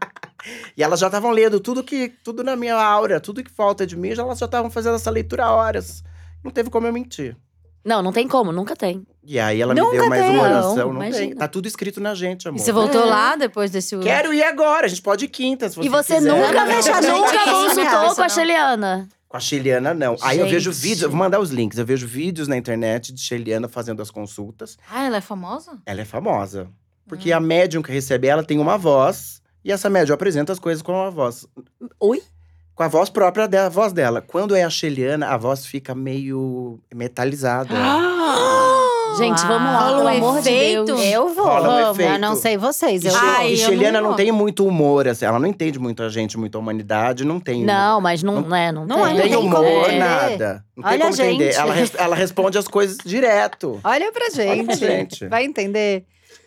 Speaker 2: E elas já estavam lendo tudo que tudo na minha aura, tudo que falta de mim, já elas já estavam fazendo essa leitura há horas. Não teve como eu mentir.
Speaker 3: não, não tem como, nunca tem.
Speaker 2: E aí ela me
Speaker 1: Nunca
Speaker 2: deu mais
Speaker 1: tem,
Speaker 2: uma
Speaker 3: não,
Speaker 2: oração. Não, tem.
Speaker 3: imagina.
Speaker 2: Tá tudo escrito na gente, amor.
Speaker 4: E você voltou lá depois desse.
Speaker 2: Quero ir agora, a gente pode ir quinta, se você
Speaker 3: e você
Speaker 2: quiser. [LAUGHS]
Speaker 3: nunca,
Speaker 1: Não, não, não, não,
Speaker 3: nunca
Speaker 1: não, não,
Speaker 4: não, não.
Speaker 3: consultou com a Cheliana.
Speaker 2: Com a Cheliana, não. Aí eu
Speaker 3: Gente.
Speaker 2: vejo vídeos, eu vou mandar os links. Eu vejo vídeos na internet de Cheliana fazendo as consultas.
Speaker 4: Ah, ela é famosa?
Speaker 2: Ela é famosa. Porque a médium que recebe ela tem uma voz. E essa médium apresenta as coisas com a voz.
Speaker 3: Oi?
Speaker 2: Com a voz própria dela, a voz dela. Quando é a Cheliana, a voz fica meio metalizada.
Speaker 4: Ah!
Speaker 2: Ah!
Speaker 3: Gente, vamos lá,
Speaker 4: Rola um
Speaker 3: pelo amor de
Speaker 4: efeito.
Speaker 3: Deus.
Speaker 1: Eu vou.
Speaker 2: Rola um
Speaker 1: Vamos, eu
Speaker 2: efeito.
Speaker 1: não sei vocês.
Speaker 2: E,
Speaker 1: Eu
Speaker 2: Che-
Speaker 4: Ah, Ai,
Speaker 2: e
Speaker 4: eu não
Speaker 2: Cheliana não,
Speaker 4: vou.
Speaker 2: tem muito humor, assim. Ela não entende muito a gente, muito a humanidade. Não tem.
Speaker 3: Não, mas não, não é, não,
Speaker 1: Não
Speaker 2: Não
Speaker 1: é,
Speaker 2: tem
Speaker 1: tem como
Speaker 2: humor,
Speaker 1: entender.
Speaker 2: nada. Não
Speaker 1: Olha
Speaker 2: tem
Speaker 1: a
Speaker 2: como entender.
Speaker 1: gente.
Speaker 2: Ela, res- ela responde as coisas direto.
Speaker 1: Olha pra gente.
Speaker 2: Olha pra gente.
Speaker 1: Vai entender.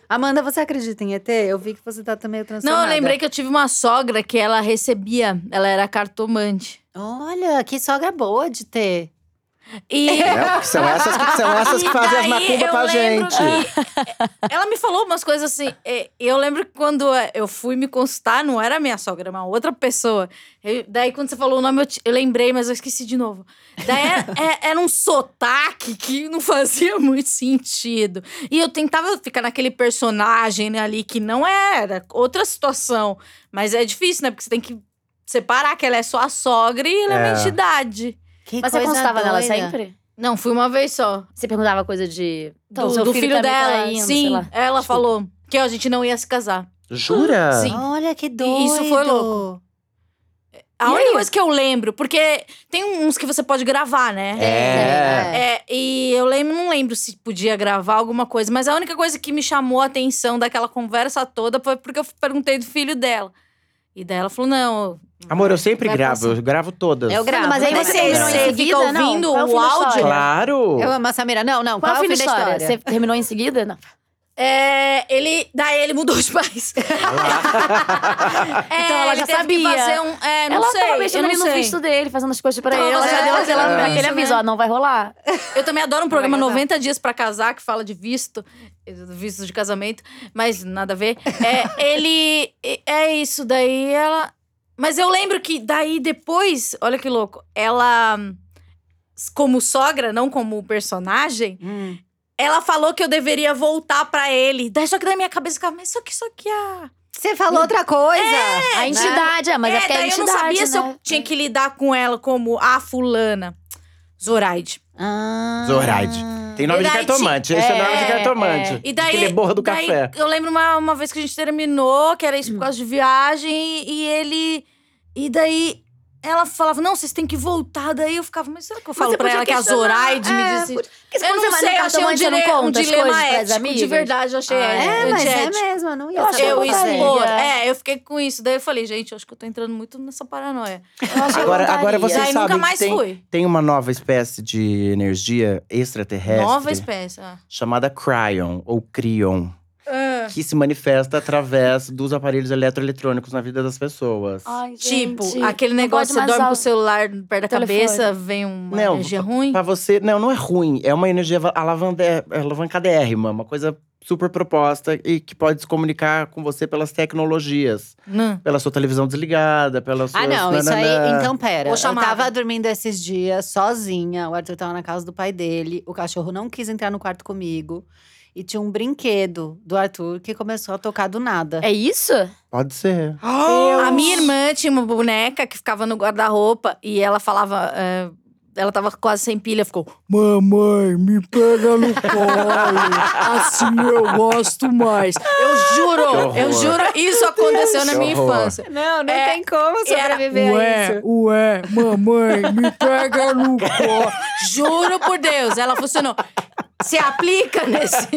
Speaker 1: Amanda, você acredita em ET? Eu vi que você tá também transformada.
Speaker 4: Não, eu lembrei que eu tive uma sogra que ela recebia, ela era cartomante.
Speaker 1: Olha, que sogra boa de ter.
Speaker 4: E
Speaker 2: né? Porque São essas que, são essas que
Speaker 4: E
Speaker 2: fazem as
Speaker 4: daí
Speaker 2: macumbas
Speaker 4: eu
Speaker 2: pra
Speaker 4: lembro
Speaker 2: gente.
Speaker 4: que- [LAUGHS] ela me falou umas coisas assim. é, Eu lembro que quando é, eu fui me consultar, não era minha sogra, uma outra pessoa. Eu- daí, quando você falou o nome, eu, te- eu lembrei, mas eu esqueci de novo. Daí era, [LAUGHS] é- era um sotaque que não fazia [LAUGHS] muito sentido. E eu tentava ficar naquele personagem né, ali que não era, outra situação. Mas é difícil, né? Porque você tem que separar que ela é só a sogra e ela é,
Speaker 2: É.
Speaker 4: uma entidade.
Speaker 1: Que
Speaker 3: Mas você
Speaker 1: coisa
Speaker 3: consultava nela
Speaker 1: doida.
Speaker 3: sempre?
Speaker 4: Não, fui uma vez só
Speaker 3: Você perguntava coisa de. Então,
Speaker 4: do,
Speaker 3: seu
Speaker 4: do
Speaker 3: filho, tá
Speaker 4: filho,
Speaker 3: me
Speaker 4: dela.
Speaker 3: traindo,
Speaker 4: Sim,
Speaker 3: sei lá.
Speaker 4: ela
Speaker 3: Desculpa.
Speaker 4: falou que a gente não ia se casar.
Speaker 2: Jura?
Speaker 4: Sim.
Speaker 1: Olha que doido.
Speaker 4: isso foi
Speaker 1: louco.
Speaker 4: A
Speaker 3: E
Speaker 4: única
Speaker 3: aí?
Speaker 4: coisa que eu lembro, porque tem uns que você pode gravar, né?
Speaker 2: É.
Speaker 4: e eu lembro, não lembro se podia gravar alguma coisa, mas a única coisa que me chamou a atenção daquela conversa toda foi porque eu perguntei do filho dela. E daí ela falou: não.
Speaker 2: Amor, eu sempre
Speaker 4: Vai
Speaker 2: gravo,
Speaker 4: passar.
Speaker 2: eu gravo todas.
Speaker 3: Eu gravo.
Speaker 1: mas aí
Speaker 3: Mas
Speaker 1: você
Speaker 3: você terminou
Speaker 4: você
Speaker 3: em seguida,
Speaker 4: fica
Speaker 3: não?
Speaker 4: ouvindo
Speaker 3: Qual é o
Speaker 4: o
Speaker 3: fim da
Speaker 4: áudio?
Speaker 3: história?
Speaker 2: Claro!
Speaker 1: Eu amo a Samira. Não, não.
Speaker 3: Qual é o fim da história?
Speaker 1: história?
Speaker 3: Você terminou em seguida? Não.
Speaker 4: É, ele. Daí ele mudou de país. É,
Speaker 3: [LAUGHS] Então ela
Speaker 4: ele
Speaker 3: já
Speaker 4: teve que
Speaker 3: sabia.
Speaker 4: fazer um. É, não
Speaker 3: ela
Speaker 4: sei.
Speaker 3: tava
Speaker 4: eu
Speaker 3: mexendo
Speaker 4: não
Speaker 3: ali no
Speaker 4: sei.
Speaker 3: visto dele, fazendo as coisas pra
Speaker 4: Então,
Speaker 3: ele. Ela
Speaker 4: mas
Speaker 3: já
Speaker 4: ela
Speaker 3: deu
Speaker 4: já
Speaker 3: aquela-
Speaker 4: deu
Speaker 3: aquele
Speaker 4: isso,
Speaker 3: aviso,
Speaker 4: né?
Speaker 3: ó, não vai rolar.
Speaker 4: Eu também adoro um programa
Speaker 3: Vai casar.
Speaker 4: 90 dias pra casar, que fala de visto, visto de casamento, mas nada a ver.
Speaker 3: [LAUGHS]
Speaker 4: É, ele. É isso, daí ela. Mas eu lembro que daí depois, olha que louco, ela. Como sogra, não como personagem,
Speaker 1: Hum.
Speaker 4: ela falou que eu deveria voltar pra ele. Daí só que na minha cabeça ficava, mas só que isso aqui é.
Speaker 1: Você falou outra coisa.
Speaker 3: A entidade, é, mas é,
Speaker 4: é,
Speaker 3: porque é a
Speaker 4: daí eu
Speaker 3: entidade,
Speaker 4: não sabia se
Speaker 3: né?
Speaker 4: eu tinha que lidar com ela como a fulana. Zoraide.
Speaker 1: Ah.
Speaker 2: Zoraide. Tem nome de
Speaker 4: Verdade.
Speaker 2: cartomante, esse é,
Speaker 3: É,
Speaker 2: nome de cartomante.
Speaker 3: é.
Speaker 4: E daí,
Speaker 2: Aquele borra do
Speaker 4: daí,
Speaker 2: café.
Speaker 4: Eu lembro uma, uma vez que a gente terminou, que era isso por causa de viagem, e, e ele. E daí ela falava: não, vocês têm que voltar. Daí eu ficava, mas será que eu falo
Speaker 3: você
Speaker 4: pra
Speaker 3: podia
Speaker 4: ela que a
Speaker 3: questionar.
Speaker 4: Zoraide me
Speaker 3: É,
Speaker 4: disse?
Speaker 3: por- Porque
Speaker 4: Eu
Speaker 3: quando você
Speaker 4: não
Speaker 3: vai
Speaker 4: sei,
Speaker 3: no
Speaker 4: eu achei um,
Speaker 3: cartomante, você não
Speaker 4: dile- um
Speaker 3: conta as coisas
Speaker 4: dilema
Speaker 3: pras
Speaker 4: ético. De
Speaker 3: amigas?
Speaker 4: verdade, eu achei
Speaker 3: Ah,
Speaker 4: é,
Speaker 1: É, mas é
Speaker 4: antiético.
Speaker 1: mesmo. Eu não ia
Speaker 3: Eu achei
Speaker 1: saber.
Speaker 4: Eu, isso,
Speaker 3: putaria.
Speaker 4: pô, é, eu fiquei com isso. Daí eu falei, gente, eu acho que eu tô entrando muito nessa paranoia.
Speaker 3: Eu acho que eu
Speaker 2: Agora,
Speaker 3: contaria.
Speaker 2: agora vocês
Speaker 4: Daí nunca
Speaker 2: sabem que
Speaker 4: mais
Speaker 2: tem,
Speaker 4: fui.
Speaker 2: tem uma nova espécie de energia extraterrestre.
Speaker 4: Nova espécie. ah.
Speaker 2: Chamada Cryon, ou Crion.
Speaker 3: Ah,
Speaker 2: Que se manifesta através dos aparelhos eletroeletrônicos na vida das pessoas.
Speaker 3: Ai,
Speaker 4: Tipo,
Speaker 3: gente,
Speaker 4: aquele
Speaker 3: não pode
Speaker 4: negócio, você
Speaker 3: mais
Speaker 4: dorme
Speaker 3: usar
Speaker 4: com
Speaker 3: o-
Speaker 4: o celular perto da
Speaker 3: telefone.
Speaker 4: cabeça, vem uma
Speaker 2: Não,
Speaker 4: energia ruim.
Speaker 2: Pra você. Não, não é ruim. É uma energia va- alavande- alavancadérrima, uma coisa super proposta e que pode se comunicar com você pelas tecnologias.
Speaker 4: Não.
Speaker 2: Pela sua televisão desligada, pela sua.
Speaker 1: Ah, não, isso aí. Então, pera.
Speaker 4: Vou
Speaker 1: Eu
Speaker 4: chamar.
Speaker 1: tava dormindo esses dias sozinha. O Arthur tava na casa do pai dele. O cachorro não quis entrar no quarto comigo. E tinha um brinquedo do Arthur que começou a tocar do nada.
Speaker 3: É isso?
Speaker 2: Pode ser.
Speaker 4: A minha irmã tinha uma boneca que ficava no guarda-roupa e ela falava. é, ela tava quase sem pilha, ficou: Mamãe, me
Speaker 2: [LAUGHS]
Speaker 4: pega no colo. Assim eu gosto mais. Eu juro,
Speaker 2: Que horror.
Speaker 4: eu juro, isso aconteceu na
Speaker 2: Que
Speaker 4: minha
Speaker 2: horror.
Speaker 4: infância.
Speaker 1: Não, não
Speaker 4: É,
Speaker 1: tem como
Speaker 4: era-
Speaker 1: sobreviver a isso.
Speaker 4: ué, mamãe, me pega
Speaker 2: [LAUGHS]
Speaker 4: no colo. Juro por Deus, ela funcionou. Se
Speaker 2: [LAUGHS]
Speaker 4: aplica nesse.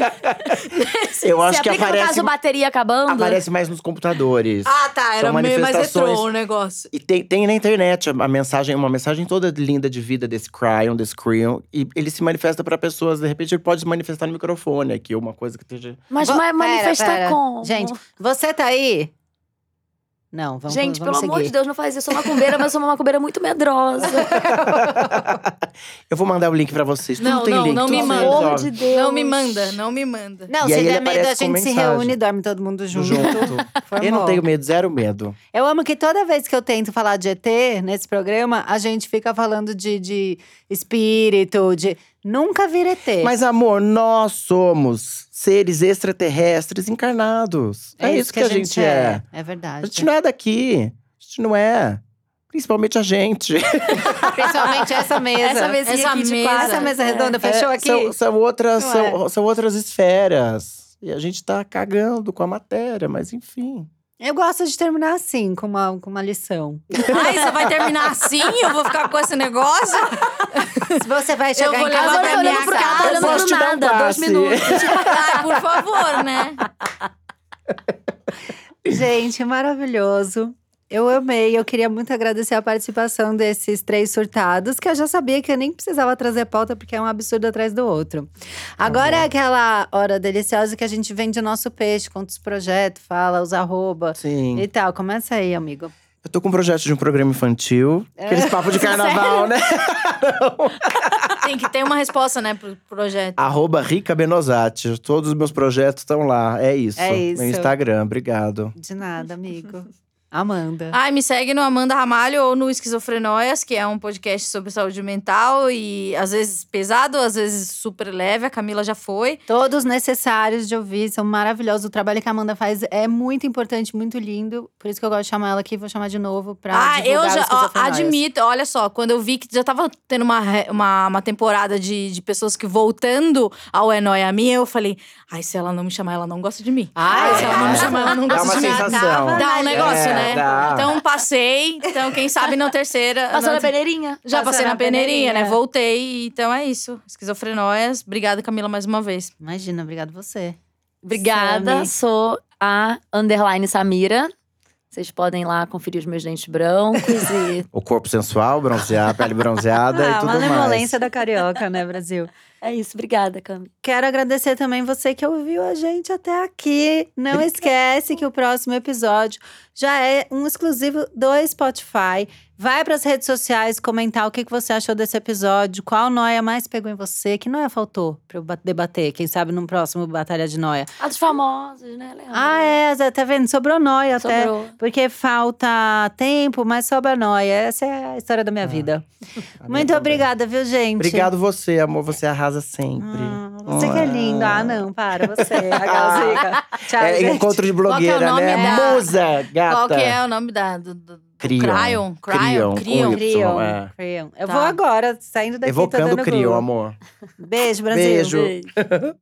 Speaker 2: Eu
Speaker 3: Se
Speaker 2: acho que
Speaker 3: aplica no
Speaker 2: aparece,
Speaker 3: caso bateria acabando.
Speaker 2: aparece mais nos computadores.
Speaker 4: Ah, tá, era
Speaker 2: São
Speaker 4: meio mais
Speaker 2: manifestações.
Speaker 4: retrô o negócio.
Speaker 2: E tem, tem na internet a, a mensagem, uma mensagem toda linda de vida desse Cryon, desse Creon. E ele se manifesta pra pessoas, de repente ele pode se manifestar no microfone aqui, uma coisa que esteja.
Speaker 3: Mas
Speaker 1: Vo-
Speaker 3: ma-
Speaker 1: pera,
Speaker 3: manifesta
Speaker 1: pera.
Speaker 3: como?
Speaker 1: Gente, você tá aí? Não, vamos
Speaker 3: Gente,
Speaker 1: vamos
Speaker 3: pelo
Speaker 1: seguir.
Speaker 3: amor de Deus, não faz isso. Eu sou macumbeira, mas eu sou uma macumbeira muito medrosa.
Speaker 2: Eu vou mandar o link pra vocês. Tudo
Speaker 4: Não,
Speaker 2: tem
Speaker 4: não,
Speaker 2: link.
Speaker 4: não
Speaker 2: tudo
Speaker 4: me
Speaker 2: tem
Speaker 4: manda.
Speaker 2: link,
Speaker 4: Pelo
Speaker 2: ó,
Speaker 3: Deus.
Speaker 4: Não me manda, não me manda.
Speaker 1: Não,
Speaker 2: E
Speaker 1: se
Speaker 2: aí ele
Speaker 1: der medo, a
Speaker 2: aparece com
Speaker 1: gente se
Speaker 2: mensagem.
Speaker 1: reúne e dorme todo mundo junto.
Speaker 4: um
Speaker 2: Junto. [LAUGHS] Eu não
Speaker 1: Formou.
Speaker 2: tenho medo, zero medo.
Speaker 1: Eu amo que toda vez que eu tento falar de ET nesse programa, a gente fica falando de, de espírito, de. Nunca vir ET.
Speaker 2: Mas, amor, nós somos seres extraterrestres encarnados. É, isso que, a gente, é.
Speaker 1: É, verdade.
Speaker 2: A gente não é daqui. A gente não é. Principalmente a gente.
Speaker 1: Principalmente essa mesa.
Speaker 3: Essa mesinha
Speaker 4: Essa
Speaker 3: aqui de
Speaker 4: mesa.
Speaker 3: quatro.
Speaker 1: Essa mesa redonda fechou
Speaker 2: É,
Speaker 1: aqui?
Speaker 2: São, são outras,
Speaker 1: Não
Speaker 4: é.
Speaker 2: são, são outras esferas. E a gente tá cagando com a matéria, mas enfim.
Speaker 1: Eu gosto de terminar assim, com uma, com uma lição.
Speaker 4: Ai, você vai terminar assim? Eu vou ficar com esse negócio?
Speaker 1: Se você vai chegar
Speaker 4: vou
Speaker 1: em casa,
Speaker 3: Agora eu tô
Speaker 4: levar da
Speaker 1: vai
Speaker 4: minha
Speaker 3: olhando pro
Speaker 4: cara.
Speaker 3: ela, tô
Speaker 4: Eu
Speaker 3: olhando
Speaker 2: posso
Speaker 3: pro
Speaker 2: te dar um
Speaker 3: nada. Dois
Speaker 2: passe.
Speaker 3: [LAUGHS] minutos.
Speaker 4: Ai, por favor, né?
Speaker 1: Gente, maravilhoso. Eu amei, eu queria muito agradecer a participação desses três surtados, que eu já sabia que eu nem precisava trazer pauta, porque é um absurdo atrás do outro. Agora
Speaker 2: Uhum.
Speaker 1: é aquela hora deliciosa que a gente vende o nosso peixe, conta os projetos, fala os arroba
Speaker 2: Sim.
Speaker 1: e tal. Começa aí, amigo.
Speaker 2: Eu tô com um projeto de um programa infantil. Aqueles
Speaker 4: É. [LAUGHS]
Speaker 2: papos de carnaval, né?
Speaker 4: Tem que ter uma resposta, né, pro projeto.
Speaker 2: Arroba Rica Benosati. Todos os meus projetos estão lá. É isso.
Speaker 1: É isso.
Speaker 2: No Instagram, obrigado.
Speaker 1: De nada,
Speaker 2: [LAUGHS]
Speaker 1: amigo. Ah. Amanda.
Speaker 4: Ai, me segue no Amanda Ramalho ou no Esquizofrenóias, que é um podcast sobre saúde mental e às vezes pesado, às vezes super leve. A Camila já foi.
Speaker 1: Todos necessários de ouvir, são maravilhosos. O trabalho que a Amanda faz é muito importante, muito lindo. Por isso que eu gosto de chamar ela aqui, vou chamar de novo pra
Speaker 4: ah, eu
Speaker 1: divulgar
Speaker 4: já
Speaker 1: os
Speaker 4: ó,
Speaker 1: esquizofrenóias.
Speaker 4: admito, olha só, quando eu vi que já tava tendo uma, re- uma, uma temporada de, de pessoas que voltando ao É Nóia Minha, eu falei, ai, se ela não me chamar, ela não gosta de mim.
Speaker 1: Ai,
Speaker 4: se ela não me chamar, ela não
Speaker 2: Ah, é? Dá
Speaker 4: gosta
Speaker 2: uma
Speaker 4: de mim.
Speaker 2: sensação.
Speaker 4: Dá um negócio,
Speaker 2: É, dá.
Speaker 4: né? Então passei, então quem sabe não terceira.
Speaker 3: Passou
Speaker 4: não-
Speaker 3: na peneirinha.
Speaker 4: Já
Speaker 1: Passou
Speaker 4: passei
Speaker 1: na
Speaker 4: na peneirinha, né?
Speaker 1: peneirinha.
Speaker 4: Voltei, então é isso. Esquizofrenóias. Obrigada, Camila, mais uma vez.
Speaker 1: Imagina, obrigado você.
Speaker 3: Obrigada,
Speaker 1: Sami.
Speaker 3: sou a underline Samira. Vocês podem ir lá conferir os meus dentes brancos e
Speaker 2: O corpo sensual, bronzeado, pele
Speaker 4: [LAUGHS]
Speaker 2: bronzeada
Speaker 4: Ah,
Speaker 2: e tudo mais.
Speaker 1: malemolência da carioca, né, Brasil?
Speaker 3: [LAUGHS] é isso. Obrigada, Cami.
Speaker 1: Quero agradecer também você que ouviu a gente até aqui. Não esquece que o próximo episódio já é um exclusivo do Spotify. Vai para as redes sociais comentar o que que você achou desse episódio, qual noia mais pegou em você, que noia faltou para eu ba- debater, quem sabe num próximo Batalha de Noia.
Speaker 3: A Ah, dos famosos, né, Leandro?
Speaker 1: Ah, é, Zé, tá vendo? Sobrou noia até.
Speaker 3: Sobrou.
Speaker 1: Porque falta tempo, mas sobra noia. Essa é a história da minha vida.
Speaker 2: A minha
Speaker 1: Muito
Speaker 2: também.
Speaker 1: obrigada, viu, gente?
Speaker 2: então, Obrigado você, amor. Você arrasa sempre.
Speaker 4: Hum,
Speaker 1: Ah, você que é lindo. Ah, não, para,
Speaker 2: [LAUGHS]
Speaker 1: você. A Galzica. Tchau,
Speaker 2: é
Speaker 1: gente.
Speaker 2: encontro de
Speaker 4: Qual que é o
Speaker 2: blogueira,
Speaker 4: nome
Speaker 2: né?
Speaker 4: da-
Speaker 2: Musa, gata.
Speaker 4: Qual que é o nome da, do, do- do Cryon?
Speaker 2: Crion. Crion,
Speaker 4: Cryon? Cryon.
Speaker 2: com Y.
Speaker 1: Criam,
Speaker 2: é.
Speaker 1: criam. Eu
Speaker 4: Tá.
Speaker 1: vou agora, saindo daqui, tô
Speaker 2: Evocando
Speaker 1: dando
Speaker 2: o Crion,
Speaker 1: Google.
Speaker 2: amor.
Speaker 1: Beijo, Brasil.
Speaker 2: Beijo.
Speaker 3: Beijo.